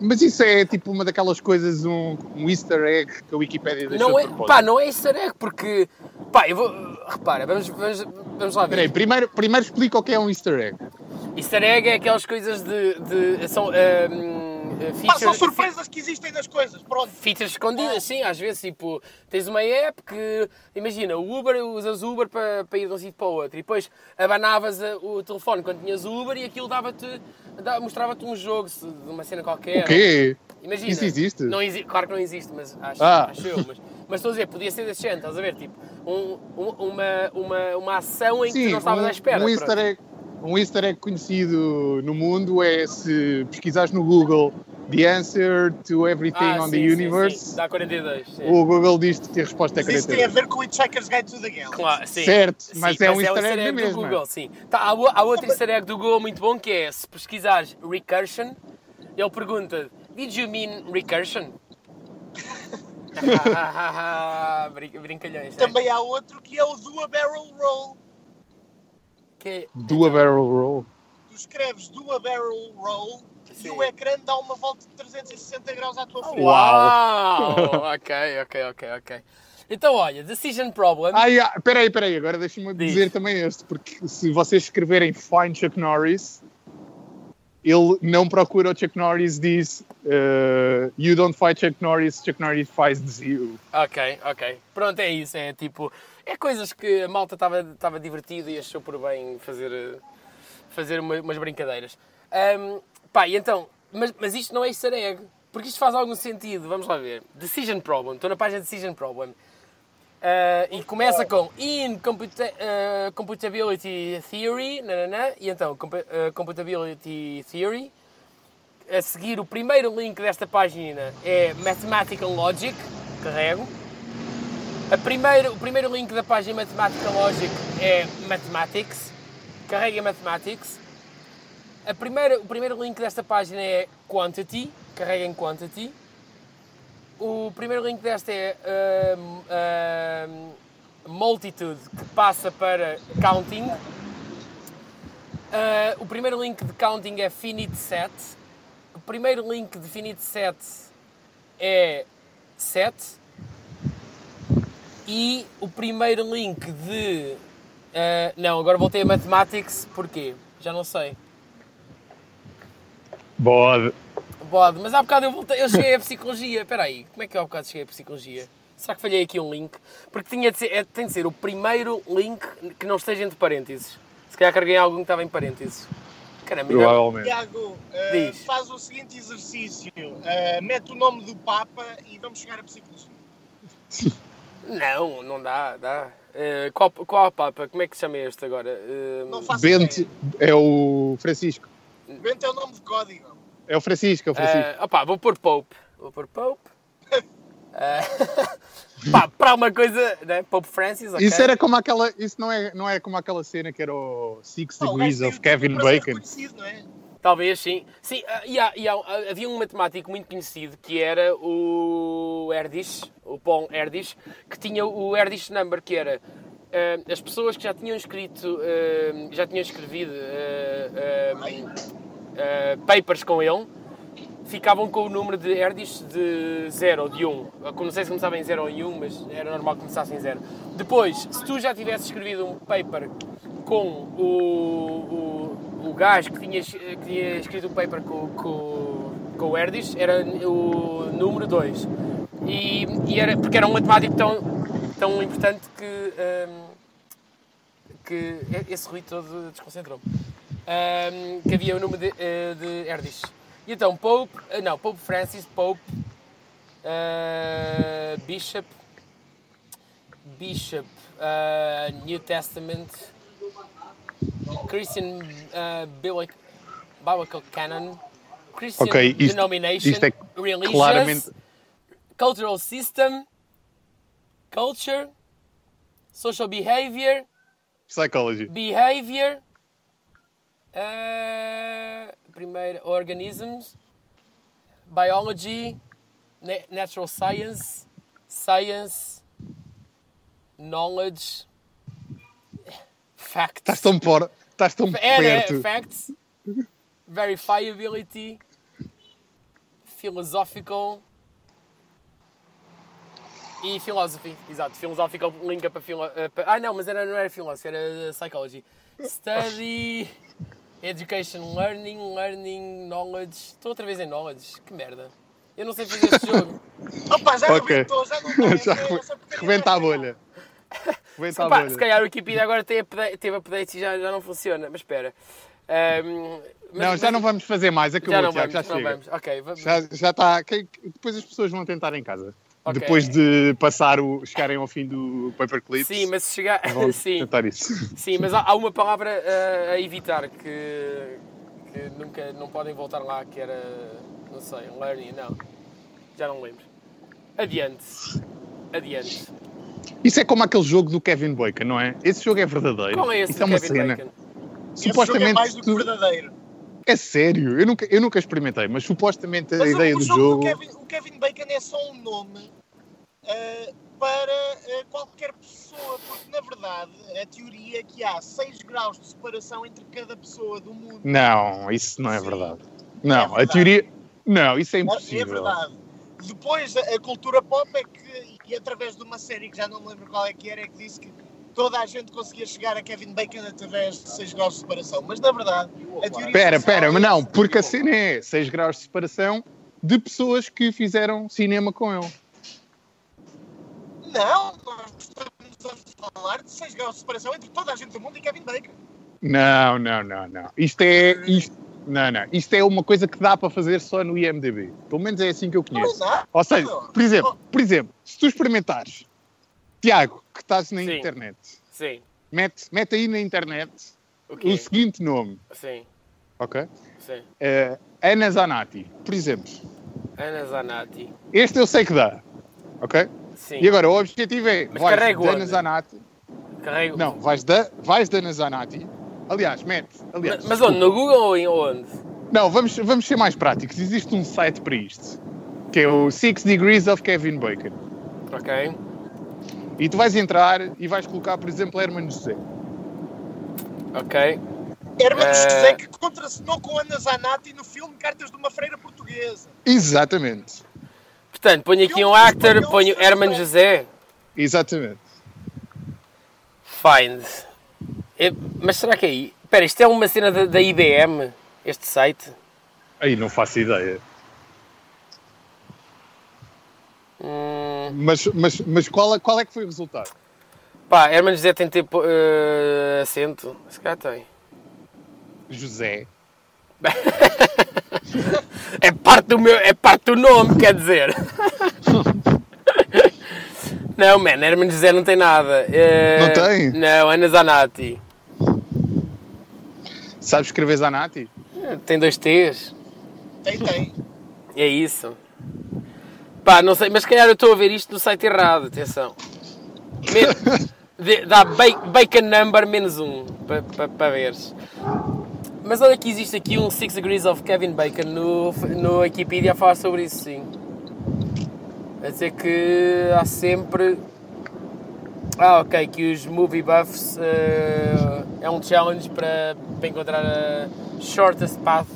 [SPEAKER 5] Mas isso é tipo uma daquelas coisas, um, um easter egg que a Wikipédia deixou
[SPEAKER 2] Não é,
[SPEAKER 5] de propósito.
[SPEAKER 2] pá, não é easter egg, porque. Pá, eu vou. Repara, vamos, vamos, vamos lá ver.
[SPEAKER 5] Peraí, primeiro, primeiro explica o que é um easter egg.
[SPEAKER 2] Easter egg é aquelas coisas de. de são. Um,
[SPEAKER 3] Pá, são
[SPEAKER 2] features,
[SPEAKER 3] surpresas que existem nas coisas, pronto.
[SPEAKER 2] features escondidas, sim, às vezes, tipo, tens uma app que. Imagina, o Uber, usas Uber para, para ir de um sítio para o outro e depois abanavas a- o telefone quando tinhas Uber e aquilo dava-te. dava- mostrava-te um jogo se- de uma cena qualquer.
[SPEAKER 5] O quê?
[SPEAKER 2] Imagina.
[SPEAKER 5] Isso existe?
[SPEAKER 2] Não exi- claro que não existe, mas acho,
[SPEAKER 5] Ah.
[SPEAKER 2] acho eu. Mas, mas estou a dizer, podia ser desse género, estás a ver? Tipo, um- um- uma, uma, uma ação em que tu não estavas
[SPEAKER 5] um,
[SPEAKER 2] à espera.
[SPEAKER 5] um
[SPEAKER 2] pronto.
[SPEAKER 5] easter egg, um easter egg conhecido no mundo é se pesquisares no Google The Answer to Everything
[SPEAKER 2] Ah,
[SPEAKER 5] on
[SPEAKER 2] sim,
[SPEAKER 5] the
[SPEAKER 2] sim,
[SPEAKER 5] Universe,
[SPEAKER 2] sim. Dá 42. sim.
[SPEAKER 5] o Google diz-te que a resposta é
[SPEAKER 3] Mas isso tem a
[SPEAKER 5] 42.
[SPEAKER 3] ver com o Hitchhiker's Guide to the Galaxy.
[SPEAKER 2] Claro, sim.
[SPEAKER 5] Certo,
[SPEAKER 2] Sim,
[SPEAKER 5] mas é um easter egg
[SPEAKER 2] do
[SPEAKER 5] na mesma.
[SPEAKER 2] Google, sim. Tá, há, o- há outro easter egg do Google muito bom que é, se pesquisares recursion, ele pergunta, did you mean
[SPEAKER 5] [laughs]
[SPEAKER 2] recursion? Brin- Brincalhões. é.
[SPEAKER 3] Também há outro que é o do A Barrel Roll.
[SPEAKER 2] Que-
[SPEAKER 5] Do a barrel roll.
[SPEAKER 3] Tu escreves do A Barrel Roll
[SPEAKER 2] Sim. Ah,
[SPEAKER 3] e o ecrã dá uma volta de 360 graus à tua frente.
[SPEAKER 2] Uau! ok, ok, ok, ok. Então, olha, Decision Problem.
[SPEAKER 5] Ai, ah, peraí, peraí, agora deixa-me
[SPEAKER 2] Diz.
[SPEAKER 5] dizer também este, porque se vocês escreverem Find Chuck Norris, ele não procura o Chuck Norris, diz eh, You don't fight Chuck Norris, Chuck Norris fights you.
[SPEAKER 2] Ok, ok. Pronto, é isso. É tipo. É coisas que a malta estava divertida e achou por bem fazer, eh, fazer uma- umas brincadeiras. Ahm, pá, e então. Mas, mas isto não é easter egg. Porque isto faz algum sentido. Vamos lá ver. Decision Problem. Estou na página Decision Problem. Ah, e começa com In computa- ah, Computability Theory. nananã, e então, compu- ah, Computability Theory. A seguir, o primeiro link desta página é Mathematical Logic, carrego. A primeira- o primeiro link da página Mathematical Logic é Mathematics, carrego em Mathematics. A primeira- o primeiro link desta página é Quantity, carrego em Quantity. O primeiro link desta é ahm, ahm, Multitude, que passa para Counting. Ah, o primeiro link de Counting é Finite Set. O primeiro link de Finite Set é Set. E o primeiro link de. ah, não, agora voltei a Mathematics, porquê? Já não sei.
[SPEAKER 5] Bode.
[SPEAKER 2] Bode, mas há bocado eu voltei, eu cheguei à psicologia. Espera aí, como é que eu há bocado cheguei à psicologia? Será que falhei aqui um link? Porque tinha de ser, é- tem de ser o primeiro link que não esteja entre parênteses. Se calhar carreguei algum que estava em parênteses. Caramba, ainda-
[SPEAKER 5] Provavelmente.
[SPEAKER 3] Tiago, eh,
[SPEAKER 2] Diz.
[SPEAKER 3] faz o seguinte exercício: eh, mete o nome do Papa e vamos chegar a psicologia.
[SPEAKER 2] não, não dá, dá. Eh, qual, qual a papa? Como é que se chama este agora? Eh,
[SPEAKER 3] Não faço
[SPEAKER 5] Bento é o Francisco.
[SPEAKER 3] ideia. Bento é o nome de código.
[SPEAKER 5] É o Francisco, é o Francisco.
[SPEAKER 2] eh, opá, vou pôr Pope. Vou pôr Pope. [laughs] Eh, [laughs] pá, para uma coisa, né? Pope Francis, ok?
[SPEAKER 5] Isso era como aquela. Isso não é, não é como aquela cena que era o Six
[SPEAKER 3] Pá, o
[SPEAKER 5] Degrees
[SPEAKER 3] gajo
[SPEAKER 2] é
[SPEAKER 5] of
[SPEAKER 3] tem
[SPEAKER 5] Kevin
[SPEAKER 3] tudo é para ser
[SPEAKER 5] Bacon.
[SPEAKER 3] reconhecido, não é?
[SPEAKER 2] Talvez sim. Sim, ah, e há- e há- ah, havia um matemático muito conhecido que era o Erdős, o Paul Erdős, que tinha o Erdős number, que era ah, as pessoas que já tinham escrito, ah, já tinham escrevido ah, ah,
[SPEAKER 3] Ai,
[SPEAKER 2] ah, papers com ele, ficavam com o número de Erdős de 0 ou de 1. Um. Eu Não sei se começava em 0 ou em 1, um, mas era normal que começasse em 0. Depois, se tu já tivesse escrevido um paper com o, o, o gajo que tinha, que tinha escrito o paper com, com, com o Erdős, era o número 2. E, e era, porque era um matemático tão, tão importante que... ah, que é, esse ruído todo desconcentrou-me. Ahm, que havia o número de, eh, de Erdis. E então, Pope, eh, não, Pope Francis, Pope, ah, Bishop, Bishop, ah, New Testament, Christian ah, Biblic- Biblical Canon, Christian
[SPEAKER 5] Ok, isto-
[SPEAKER 2] Denomination,
[SPEAKER 5] isto é
[SPEAKER 2] Religious,
[SPEAKER 5] claramente-
[SPEAKER 2] Cultural System, Culture, Social Behavior,
[SPEAKER 5] Psychology.
[SPEAKER 2] Behavior. eh, primeiro, organisms. Biology. na- Natural science. Science. Knowledge. Facts.
[SPEAKER 5] Estás tão, por... Estás tão
[SPEAKER 2] Era, é,
[SPEAKER 5] perto.
[SPEAKER 2] facts. Verifiability. Philosophical. E philosophy, exato. Philosophical linka para, filo, eh, para- Ah, não, mas era, não era philosophy, era eh, psychology. Study. Education, learning, learning, knowledge. Estou outra vez em knowledge, que merda. Eu não sei fazer este
[SPEAKER 5] [laughs]
[SPEAKER 2] jogo.
[SPEAKER 3] Opa, já
[SPEAKER 5] Ok.
[SPEAKER 3] rebentou, já
[SPEAKER 2] é,
[SPEAKER 3] não
[SPEAKER 5] [laughs] [laughs] Já Rebenta
[SPEAKER 3] é
[SPEAKER 5] a bolha. Rebenta a
[SPEAKER 2] Pá, se
[SPEAKER 5] bolha.
[SPEAKER 2] calhar o Wikipedia agora teve update- teve updates e já, já não funciona, mas espera. Ahm, mas-
[SPEAKER 5] Não, já
[SPEAKER 2] mas-
[SPEAKER 5] não vamos fazer mais. Acabou,
[SPEAKER 2] já não
[SPEAKER 5] Tiago,
[SPEAKER 2] vamos,
[SPEAKER 5] já
[SPEAKER 2] não
[SPEAKER 5] chega.
[SPEAKER 2] vamos. Ok, vamos.
[SPEAKER 5] Já, já está. Quem- Depois as pessoas vão tentar em casa.
[SPEAKER 2] Ok.
[SPEAKER 5] Depois de passar o, chegarem ao fim do Paperclip.
[SPEAKER 2] Sim, mas se chegar.
[SPEAKER 5] vão
[SPEAKER 2] [laughs] Sim,
[SPEAKER 5] tentar isso.
[SPEAKER 2] sim, mas há, há uma palavra eh, a evitar que, que nunca não podem voltar lá, que era. Não sei, um learning, não. Já não lembro. Adiante. Adiante.
[SPEAKER 5] Isso é como aquele jogo do Kevin Bacon, não é? Esse jogo é verdadeiro.
[SPEAKER 2] Qual é esse
[SPEAKER 5] Isso é
[SPEAKER 2] do
[SPEAKER 5] uma
[SPEAKER 2] Kevin
[SPEAKER 5] cena.
[SPEAKER 2] Bacon?
[SPEAKER 5] Supostamente.
[SPEAKER 3] é mais do que
[SPEAKER 5] tu-
[SPEAKER 3] verdadeiro.
[SPEAKER 5] É sério, eu nunca, eu nunca experimentei, mas supostamente a
[SPEAKER 3] Mas o-
[SPEAKER 5] é ideia
[SPEAKER 3] o
[SPEAKER 5] do
[SPEAKER 3] jogo
[SPEAKER 5] jogo.
[SPEAKER 3] Kevin, o Kevin Bacon é só um nome ah, para ah, qualquer pessoa, porque na verdade a teoria é que há 6 graus de separação entre cada pessoa do mundo.
[SPEAKER 5] Não, isso não é
[SPEAKER 3] Sim. É
[SPEAKER 5] verdade. Não, a
[SPEAKER 3] verdade.
[SPEAKER 5] teoria. Não, isso é
[SPEAKER 3] É, é
[SPEAKER 5] impossível.
[SPEAKER 3] verdade. Depois, a, a cultura pop é que, e através de uma série que já não me lembro qual é que era, é que disse que toda a gente conseguia chegar a Kevin Bacon através de 6 graus de separação. Mas na verdade, a teoria.
[SPEAKER 5] Pera,
[SPEAKER 3] social
[SPEAKER 5] pera, mas
[SPEAKER 3] é-
[SPEAKER 5] não, porque a cena é 6 graus de separação de pessoas que fizeram cinema com ele.
[SPEAKER 3] Não, nós estamos a falar de 6 graus de separação entre toda a gente do mundo e Kevin Bacon.
[SPEAKER 5] Não, não, não, não. Isto é. Isto, não, não. Isto é uma coisa que dá para fazer só no IMDB. Pelo menos é assim que eu
[SPEAKER 3] Não
[SPEAKER 5] conheço.
[SPEAKER 3] dá.
[SPEAKER 5] Ou seja, por exemplo, por exemplo, se tu experimentares, Tiago, que estás na
[SPEAKER 2] Sim.
[SPEAKER 5] internet,
[SPEAKER 2] Sim.
[SPEAKER 5] mete, mete aí na internet
[SPEAKER 2] O
[SPEAKER 5] o
[SPEAKER 2] quê?
[SPEAKER 5] seguinte nome,
[SPEAKER 2] Sim,
[SPEAKER 5] ok?
[SPEAKER 2] sim.
[SPEAKER 5] Eh, Ana Zanatti, por exemplo.
[SPEAKER 2] Ana Zanatti.
[SPEAKER 5] Este eu sei que dá, ok?
[SPEAKER 2] Sim.
[SPEAKER 5] E agora, o objetivo é,
[SPEAKER 2] Mas
[SPEAKER 5] vais
[SPEAKER 2] carrega
[SPEAKER 5] da
[SPEAKER 2] onde?
[SPEAKER 5] Ana Zanatti,
[SPEAKER 2] Carrego.
[SPEAKER 5] não, vais da, vais da Ana Zanatti, aliás, mete, aliás.
[SPEAKER 2] Mas onde? No Google ou em- onde?
[SPEAKER 5] Não, vamos, vamos ser mais práticos, existe um site para isto, que é o Six Degrees of Kevin Bacon.
[SPEAKER 2] Ok.
[SPEAKER 5] E tu vais entrar e vais colocar, por exemplo, Herman José.
[SPEAKER 2] Ok.
[SPEAKER 3] Hermanos
[SPEAKER 2] Eh,
[SPEAKER 3] José que contracenou com Ana Zanatti no filme Cartas de uma Freira Portuguesa.
[SPEAKER 5] Exatamente.
[SPEAKER 2] Portanto, ponho aqui
[SPEAKER 3] Eu
[SPEAKER 2] um
[SPEAKER 3] vou
[SPEAKER 2] actor,
[SPEAKER 3] escolher um
[SPEAKER 2] ponho
[SPEAKER 3] filme
[SPEAKER 2] Herman
[SPEAKER 3] bom.
[SPEAKER 2] José.
[SPEAKER 5] Exatamente.
[SPEAKER 2] Find. É, mas será que é aí? Espera, isto é uma cena da, da IBM, este site?
[SPEAKER 5] Aí não faço ideia.
[SPEAKER 2] Hum,
[SPEAKER 5] Mas, mas, mas qual, é- qual é que foi o resultado?
[SPEAKER 2] pá, Herman José tem tempo eh, acento? Se calhar tem.
[SPEAKER 5] José.
[SPEAKER 2] É parte do meu, é parte do nome, quer dizer. [laughs] não, man, Herman José não tem nada. Eh,
[SPEAKER 5] Não tem?
[SPEAKER 2] Não, Ana Zanatti.
[SPEAKER 5] Sabes escrever Zanatti?
[SPEAKER 2] Tem dois T's.
[SPEAKER 3] Tem, tem.
[SPEAKER 2] É isso. Pá, não sei, mas se calhar eu estou a ver isto no site errado, atenção. Me- de- dá ba- bacon number menos um, para pa, pa veres. Mas olha que existe aqui um Six Degrees of Kevin Bacon no, no Wikipedia a falar sobre isso, sim. A dizer que há sempre... Ah, ok, que os movie buffs eh, é um challenge para, para encontrar a shortest path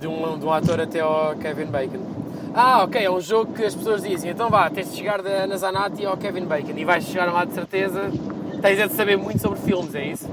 [SPEAKER 2] de um, de um ator até ao Kevin Bacon. Ah, ok, é um jogo que as pessoas dizem, então vá, tens de chegar da Ana Zanatti ao Kevin Bacon e vais chegar lá de certeza. Tens é de saber muito sobre filmes, é isso?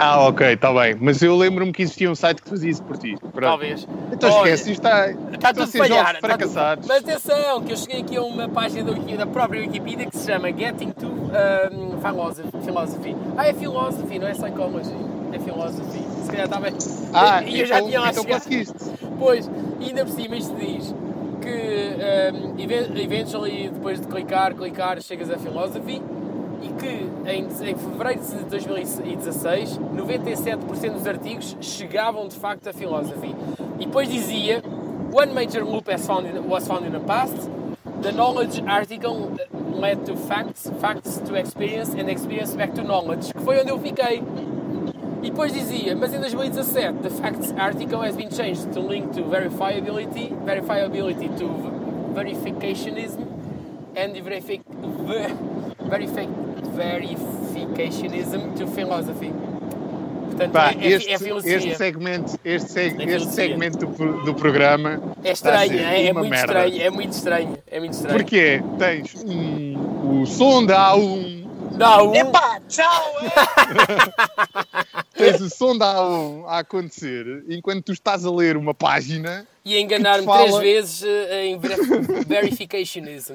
[SPEAKER 5] Ah, ok, está bem. Mas eu lembro-me que existia um site que fazia isso por ti. Pronto.
[SPEAKER 2] Talvez.
[SPEAKER 5] Então
[SPEAKER 2] Olha,
[SPEAKER 5] esquece, isto está,
[SPEAKER 2] Está
[SPEAKER 5] estão a
[SPEAKER 2] tudo tá
[SPEAKER 5] ser jogos
[SPEAKER 2] falhar.
[SPEAKER 5] fracassados.
[SPEAKER 2] Mas atenção, que eu cheguei aqui a uma página do Wiki- da própria Wikipedia que se chama Getting to um, Philosophy- Philosophy. Ah, é Philosophy, não é Psychology. É Philosophy. Se calhar tá estava...
[SPEAKER 5] Ah,
[SPEAKER 2] e eu já
[SPEAKER 5] então,
[SPEAKER 2] tinha lá
[SPEAKER 5] então
[SPEAKER 2] chegado.
[SPEAKER 5] conseguiste.
[SPEAKER 2] Pois, e ainda por cima isto diz que um, even- eventually depois de clicar, clicar, chegas a Philosophy e que em, em fevereiro de 2016 97% dos artigos chegavam de facto a Philosophy. E depois dizia One major loop has found in- was found in the past. The knowledge article eh, led to facts, facts to experience and experience back to knowledge, que foi onde eu fiquei. E depois dizia, mas em 2017, the facts article has been changed to link to verifiability, verifiability to v- verificationism, and verific, ver- verific, verificationism to philosophy. Portanto,
[SPEAKER 5] Pá,
[SPEAKER 2] é, é,
[SPEAKER 5] este,
[SPEAKER 2] é filosofia.
[SPEAKER 5] este segmento, este, seg-
[SPEAKER 2] É
[SPEAKER 5] este
[SPEAKER 2] filosofia.
[SPEAKER 5] segmento do, pro- do programa
[SPEAKER 2] é
[SPEAKER 5] está a
[SPEAKER 2] estranho,
[SPEAKER 5] ser
[SPEAKER 2] é, é
[SPEAKER 5] uma
[SPEAKER 2] muito
[SPEAKER 5] merda.
[SPEAKER 2] estranho, é muito estranho, é muito estranho.
[SPEAKER 5] Porque tens um, o som da A1,
[SPEAKER 2] Dá um,
[SPEAKER 3] Epá, tchau! É.
[SPEAKER 5] tens o som da A1 a acontecer, enquanto tu estás a ler uma página,
[SPEAKER 2] e enganar-me
[SPEAKER 5] que fala-
[SPEAKER 2] três vezes eh, em ver- verificationism.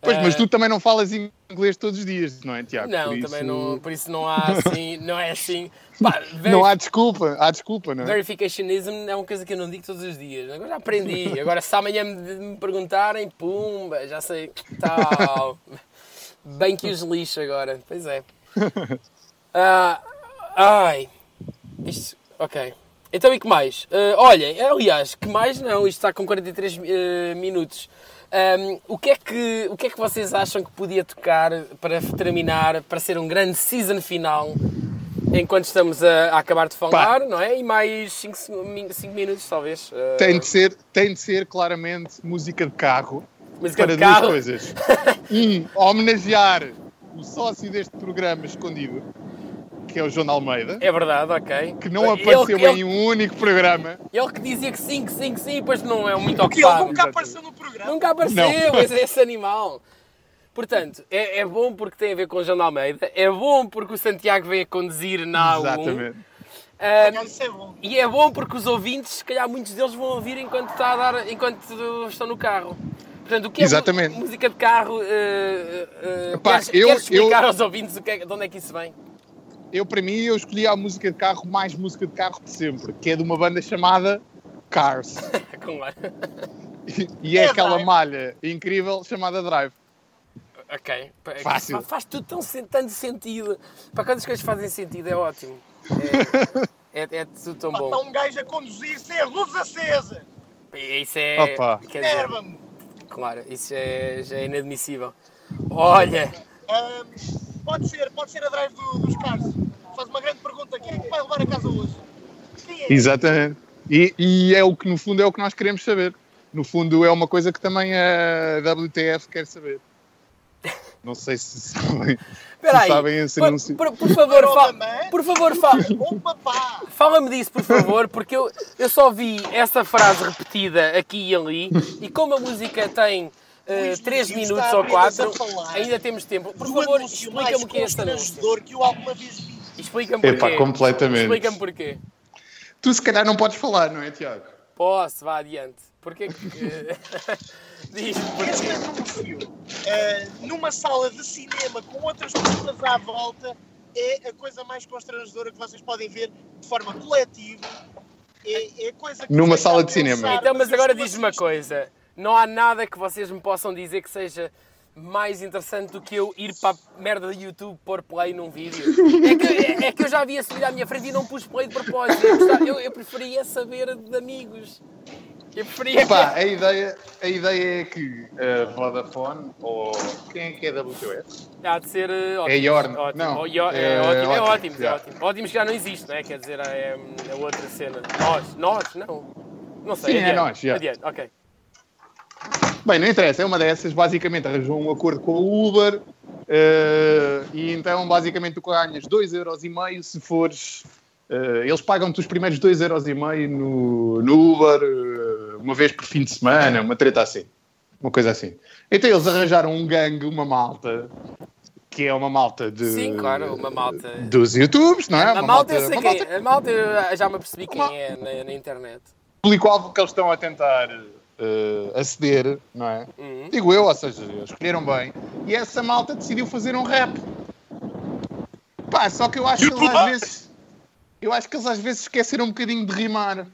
[SPEAKER 5] pois, mas
[SPEAKER 2] Ah.
[SPEAKER 5] tu também não falas inglês todos os dias, não é, Tiago?
[SPEAKER 2] Não,
[SPEAKER 5] Por isso
[SPEAKER 2] também não, por isso não há assim, não é
[SPEAKER 5] [laughs]
[SPEAKER 2] assim. Pá, ver-
[SPEAKER 5] Não há desculpa, há desculpa, não é?
[SPEAKER 2] Verificationism é uma coisa que eu não digo todos os dias. Agora já aprendi. Agora se amanhã me, me perguntarem, pumba, já sei. Tal. Bem que os lixo agora. Pois
[SPEAKER 5] [laughs]
[SPEAKER 2] é. Ah, ai. Isto. Ok. Então e que mais? Eh, olha, aliás, que mais não, isto está com 43 eh, minutos. Ahm, o, que é que, o que é que vocês acham que podia tocar para terminar, para ser um grande season final, enquanto estamos a, a acabar de falar, não é? E mais 5 minutos, talvez. eh,
[SPEAKER 5] Tem de, ser, tem de ser claramente música de carro
[SPEAKER 2] música
[SPEAKER 5] para
[SPEAKER 2] de carro. [laughs]
[SPEAKER 5] duas coisas. Um, homenagear o sócio deste programa escondido, que é o João Almeida.
[SPEAKER 2] É verdade, ok.
[SPEAKER 5] que não apareceu
[SPEAKER 2] ele,
[SPEAKER 5] em
[SPEAKER 2] ele,
[SPEAKER 5] um único programa.
[SPEAKER 2] ele que dizia que sim, que sim, que sim, e depois não é muito
[SPEAKER 3] Que ele
[SPEAKER 2] ocupado.
[SPEAKER 3] nunca apareceu no programa.
[SPEAKER 2] Nunca apareceu
[SPEAKER 5] Não.
[SPEAKER 2] esse, esse animal. Portanto, é, é bom porque tem a ver com o João de Almeida, é bom porque o Santiago vem a um? conduzir na A1,
[SPEAKER 5] Exatamente.
[SPEAKER 2] ah,
[SPEAKER 3] Isso é bom.
[SPEAKER 2] e é bom porque os ouvintes, se calhar muitos deles vão ouvir enquanto, está a dar, enquanto estão no carro. Portanto, o que é mu-
[SPEAKER 5] Exatamente.
[SPEAKER 2] música de carro? eh, eh,
[SPEAKER 5] Epá,
[SPEAKER 2] queres,
[SPEAKER 5] eu-
[SPEAKER 2] queres explicar
[SPEAKER 5] eu-
[SPEAKER 2] aos ouvintes o que é- de onde é que isso vem? [laughs]
[SPEAKER 5] Eu, para mim, eu escolhi a música de carro mais música de carro de sempre, que é de uma banda chamada Cars.
[SPEAKER 2] Claro.
[SPEAKER 5] E é
[SPEAKER 3] É
[SPEAKER 5] aquela
[SPEAKER 3] Drive.
[SPEAKER 5] malha incrível chamada Drive.
[SPEAKER 2] Ok. Pá, é
[SPEAKER 5] Fácil.
[SPEAKER 2] Faz, faz tudo tão, sen- tanto sentido. Para quando as coisas fazem sentido, é ótimo. É, é- é tudo tão
[SPEAKER 3] Pá,
[SPEAKER 2] bom.
[SPEAKER 3] Está um gajo a conduzir sem as luzes acesas.
[SPEAKER 2] E Isso é.
[SPEAKER 5] Opa.
[SPEAKER 2] Quer dizer,
[SPEAKER 3] Nerva-me.
[SPEAKER 2] claro, isso é, já é inadmissível. Olha,
[SPEAKER 3] Ahm, pode ser, pode ser a drive do- dos carros. Faz uma grande pergunta: quem é que vai levar a casa hoje? Quem é?
[SPEAKER 5] Exatamente. E, e é o que, no fundo, é o que nós queremos saber. no fundo é uma coisa que também a WTF quer saber. Não sei se sabem,
[SPEAKER 2] Espera aí.
[SPEAKER 5] sabem esse anúncio.
[SPEAKER 2] Por, por- por favor,
[SPEAKER 3] Não, é?
[SPEAKER 2] fa-
[SPEAKER 3] mamãe.
[SPEAKER 2] por favor, fa-
[SPEAKER 3] Oh, papá!
[SPEAKER 2] fala-me disso, por favor, porque eu, eu só vi essa frase repetida aqui e ali e como a música tem eh,
[SPEAKER 3] Luís,
[SPEAKER 2] três
[SPEAKER 3] Luís,
[SPEAKER 2] minutos
[SPEAKER 3] está
[SPEAKER 2] ou
[SPEAKER 3] apenas
[SPEAKER 2] quatro,
[SPEAKER 3] a falar
[SPEAKER 2] ainda temos tempo. Por
[SPEAKER 3] do
[SPEAKER 2] favor,
[SPEAKER 3] anúncio
[SPEAKER 2] explica-me o que é
[SPEAKER 3] mais
[SPEAKER 2] este anúncio.
[SPEAKER 3] constrangedor que eu alguma vez vi.
[SPEAKER 2] Explica-me
[SPEAKER 5] Epá,
[SPEAKER 2] porquê.
[SPEAKER 5] completamente.
[SPEAKER 2] Explica-me porquê.
[SPEAKER 5] Tu se calhar não podes falar, não é, Tiago?
[SPEAKER 2] Posso, vá adiante. Porquê que. [laughs] Diz-me porquê.
[SPEAKER 3] Este anúncio, ah, numa sala de cinema com outras pessoas à volta, é a coisa mais constrangedora que vocês podem ver de forma coletiva. É, é a coisa que
[SPEAKER 5] Numa
[SPEAKER 3] vocês
[SPEAKER 5] sala
[SPEAKER 3] já
[SPEAKER 5] de cinema.
[SPEAKER 3] pensaram,
[SPEAKER 2] Então, mas agora
[SPEAKER 3] vocês
[SPEAKER 2] diz-me uma coisa: não há nada que vocês me possam dizer que seja mais interessante do que eu ir para a merda do YouTube pôr play num vídeo. É que, é, é que eu já vi esse vídeo à minha frente e não pus play de propósito. Eu, gostava- eu- eu preferia saber de amigos. Eu preferia.
[SPEAKER 5] Epá, a ideia, a ideia é que a Vodafone, ou quem é que é a WTF?
[SPEAKER 2] Há de ser eh, ótimo.
[SPEAKER 5] É Yorn.
[SPEAKER 2] Ótimo.
[SPEAKER 5] Não,
[SPEAKER 2] Oh, Yo- é,
[SPEAKER 5] é
[SPEAKER 2] ótimo, é
[SPEAKER 5] ótimo,
[SPEAKER 2] ótimo, é
[SPEAKER 5] já.
[SPEAKER 2] ótimo. Ótimos já não existe, não é? Quer dizer, é, hum, a outra cena. Nós, nós, não. Não sei.
[SPEAKER 5] Sim, é
[SPEAKER 2] adiante.
[SPEAKER 5] nós, já.
[SPEAKER 2] Adiante, ok.
[SPEAKER 5] Bem, não interessa, é uma dessas. Basicamente arranjou um acordo com a Uber eh, e então basicamente tu ganhas 2,5€ se fores. eh, eles pagam-te os primeiros 2,5€ no, no Uber eh, uma vez por fim de semana, uma treta assim. Uma coisa assim. Então eles arranjaram um gangue, uma malta, que é uma malta de.
[SPEAKER 2] Sim, claro, uma malta.
[SPEAKER 5] Dos YouTubes, não é?
[SPEAKER 2] A malta eu sei
[SPEAKER 5] uma
[SPEAKER 2] quem
[SPEAKER 5] malta
[SPEAKER 2] é. A malta eu já me apercebi
[SPEAKER 5] malta-
[SPEAKER 2] quem é na, na internet.
[SPEAKER 5] é público-alvo que eles estão a tentar eh, aceder, não é?
[SPEAKER 2] Uhum.
[SPEAKER 5] Digo eu, ou seja, eles escolheram bem. E essa malta decidiu fazer um rap. Pá, só que eu acho que eles às vezes. Eu acho que eles às vezes esqueceram um bocadinho de rimar.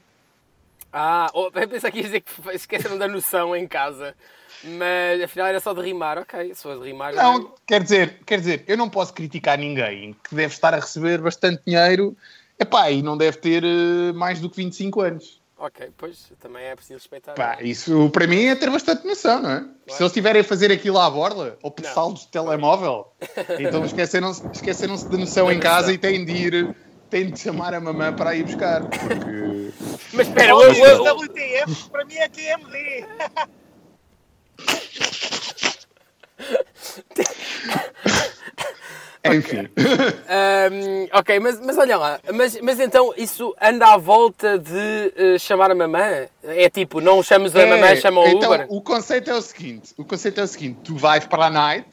[SPEAKER 2] Ah, oh, eu pensei que ia dizer que esqueceram da noção em casa. Mas afinal era só de rimar, ok. Se fosse de rimar.
[SPEAKER 5] Não, quer dizer, quer dizer, eu não posso criticar ninguém que deve estar a receber bastante dinheiro. Epá, e não deve ter eh, mais do que 25 anos.
[SPEAKER 2] Ok, pois também é preciso respeitar.
[SPEAKER 5] Pá, isso para mim é ter bastante noção, não é? Se eles estiverem a fazer aquilo à borda, ou por
[SPEAKER 2] Não.
[SPEAKER 5] saldos de telemóvel, então esqueceram-se esqueceram de noção em casa e têm de ir, têm de chamar a mamã para ir buscar. Porque.
[SPEAKER 2] Mas espera, eu,
[SPEAKER 3] Olha,
[SPEAKER 2] eu, eu-
[SPEAKER 3] WTF, para mim é TMD.
[SPEAKER 5] Enfim.
[SPEAKER 2] Ahm, ok, mas, mas olha lá. Mas, mas então isso anda à volta de eh, chamar a mamã? É tipo, não chamas a mamã,
[SPEAKER 5] É,
[SPEAKER 2] chama o
[SPEAKER 5] então,
[SPEAKER 2] Uber?
[SPEAKER 5] o conceito é o seguinte: o conceito é o seguinte: tu vais para a night,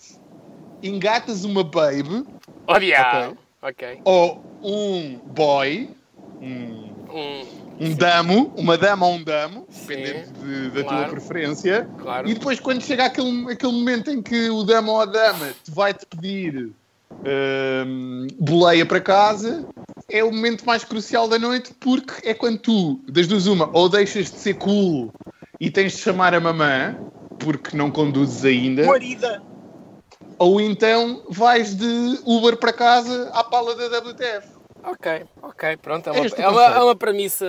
[SPEAKER 5] engatas uma baby
[SPEAKER 2] Oh, diabo. Ok.
[SPEAKER 5] ou um boy, um
[SPEAKER 2] Hum,
[SPEAKER 5] um damo, uma dama ou um damo,
[SPEAKER 2] Sim,
[SPEAKER 5] dependendo de- da
[SPEAKER 2] claro.
[SPEAKER 5] tua preferência.
[SPEAKER 2] Claro.
[SPEAKER 5] E depois, quando chega aquele, aquele momento em que o dama ou a dama te vai-te pedir hum, boleia para casa, é o momento mais crucial da noite, porque é quando tu, das duas uma, ou deixas de ser cool e tens de chamar a mamã, porque não conduzes ainda,
[SPEAKER 3] Guarida.
[SPEAKER 5] ou então vais de Uber para casa à pala da WTF.
[SPEAKER 2] Ok, ok, pronto. É
[SPEAKER 5] É
[SPEAKER 2] uma,
[SPEAKER 5] este o
[SPEAKER 2] é uma,
[SPEAKER 5] conceito.
[SPEAKER 2] é uma premissa.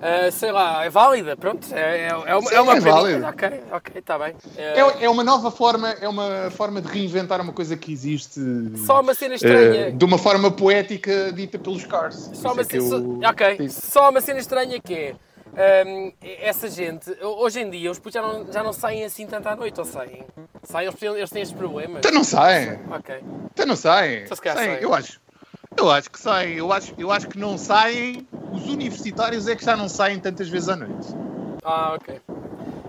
[SPEAKER 2] eh, sei lá, é válida, pronto. É, é, é uma,
[SPEAKER 5] Sim,
[SPEAKER 2] é uma
[SPEAKER 5] é
[SPEAKER 2] premissa.
[SPEAKER 5] válida.
[SPEAKER 2] Ok, ok, está bem. Eh,
[SPEAKER 5] É, é uma nova forma, é uma forma de reinventar uma coisa que existe
[SPEAKER 2] Só uma cena
[SPEAKER 5] eh,
[SPEAKER 2] estranha.
[SPEAKER 5] de uma forma poética dita pelos Cars.
[SPEAKER 2] só, uma,
[SPEAKER 5] Isso é
[SPEAKER 2] cena-
[SPEAKER 5] que
[SPEAKER 2] só-
[SPEAKER 5] eu-
[SPEAKER 2] ok,
[SPEAKER 5] Sim.
[SPEAKER 2] só uma cena estranha que é. ehm, essa gente, hoje em dia, os putos já não, já não saem assim tanto à noite, ou saem? Saem, eles, têm- eles têm estes problemas.
[SPEAKER 5] Então não saem,
[SPEAKER 2] Ok.
[SPEAKER 5] então não saem.
[SPEAKER 2] Então se calhar
[SPEAKER 5] Saem,
[SPEAKER 2] saem.
[SPEAKER 5] Eu acho, eu acho que saem, eu acho, eu acho que não saem. Os universitários é que já não saem tantas vezes à noite.
[SPEAKER 2] Ah, ok.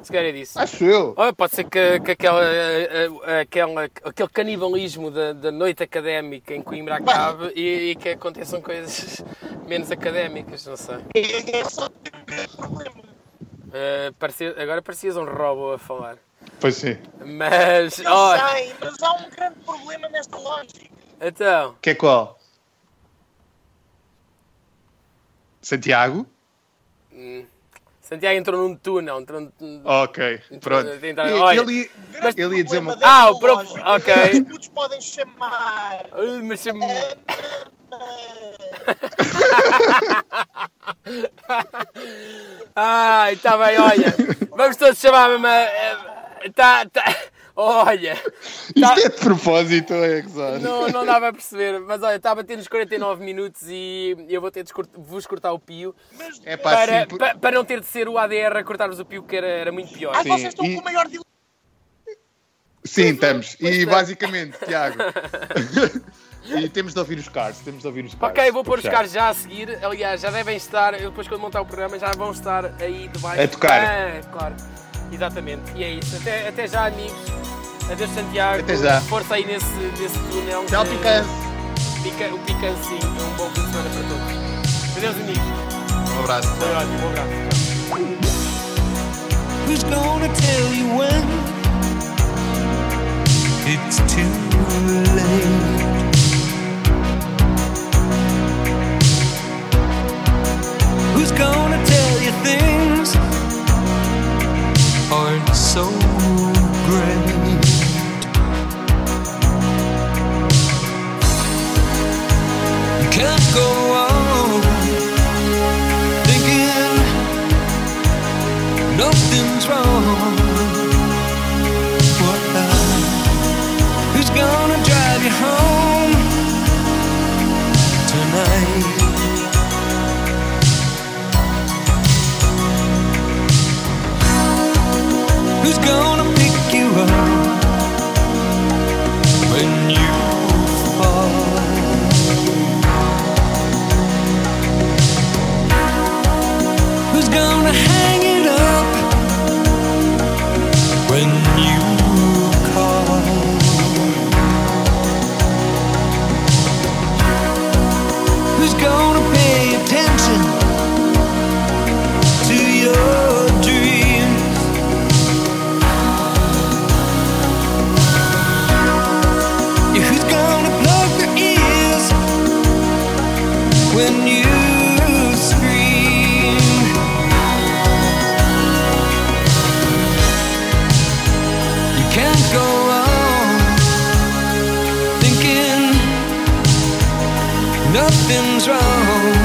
[SPEAKER 2] Se calhar é disso.
[SPEAKER 5] Acho eu.
[SPEAKER 2] Olha, pode ser que, que aquela, eh, eh, aquela- aquele canibalismo da, da noite académica em Coimbra acabe e, e que aconteçam coisas [laughs] menos académicas, não sei.
[SPEAKER 3] É, é só ter o mesmo problema.
[SPEAKER 2] Eh, parecia- agora parecias um robô a falar.
[SPEAKER 5] Pois sim.
[SPEAKER 2] Mas,
[SPEAKER 3] Eu
[SPEAKER 2] olha,
[SPEAKER 3] sei, mas há um grande problema nesta lógica.
[SPEAKER 2] então,
[SPEAKER 5] Que é qual? Santiago?
[SPEAKER 2] Santiago entrou num túnel. Entrou num...
[SPEAKER 5] Ok, pronto.
[SPEAKER 2] Então,
[SPEAKER 5] E-
[SPEAKER 2] olha.
[SPEAKER 5] ele,
[SPEAKER 3] Grande
[SPEAKER 5] ele ia dizer uma.
[SPEAKER 3] problema
[SPEAKER 2] Ah,
[SPEAKER 3] desta
[SPEAKER 2] o pro-
[SPEAKER 3] lógica
[SPEAKER 2] ok.
[SPEAKER 3] é que Os putos podem chamar.
[SPEAKER 2] Ai, Mas chama- Ai, está bem, olha. Vamos todos chamar-me. Tá, tá. Olha, tá-
[SPEAKER 5] Isto é de propósito, é gozar.
[SPEAKER 2] não, não dava a perceber, mas olha, está a bater nos 49 minutos e eu vou ter de escort- vos cortar o pio
[SPEAKER 5] É pá,
[SPEAKER 2] para,
[SPEAKER 5] sim, por-
[SPEAKER 2] pa- para não ter de ser o ADR a cortar-vos o pio, que era, era muito pior.
[SPEAKER 3] Ai,
[SPEAKER 5] Sim,
[SPEAKER 3] vocês estão
[SPEAKER 5] e-
[SPEAKER 3] com o maior dilema.
[SPEAKER 5] sim, estamos.
[SPEAKER 2] pois
[SPEAKER 5] E
[SPEAKER 2] é.
[SPEAKER 5] basicamente,
[SPEAKER 2] [laughs]
[SPEAKER 5] Tiago. e temos de ouvir os cards, temos de ouvir os cards.
[SPEAKER 2] Ok, vou pôr os
[SPEAKER 5] Já.
[SPEAKER 2] carros já a seguir. Aliás, já devem estar, eu depois quando montar o programa, já vão estar aí debaixo.
[SPEAKER 5] A tocar.
[SPEAKER 2] Ah, claro. Exatamente. E é isso. Até, até já, amigos. Adeus, Santiago.
[SPEAKER 5] Até já.
[SPEAKER 2] Força aí nesse, nesse túnel.
[SPEAKER 5] Tchau,
[SPEAKER 2] Eh,
[SPEAKER 5] Picanço.
[SPEAKER 2] Pica, o picancinho. Um bom fim de semana para todos. Adeus, amigos.
[SPEAKER 5] Um abraço.
[SPEAKER 2] Foi ótimo. Um abraço.
[SPEAKER 7] Who's gonna tell you when? It's too late. Who's gonna tell you things aren't so great? You can't go on thinking nothing's wrong. What the? Who's gonna drive you home tonight? Who's gonna pick you up when you fall? Who's gonna hang it up when you call? Who's gonna pay attention to your dreams? Yeah, who's gonna plug your ears when you scream? You can't go on thinking nothing's wrong. Oh,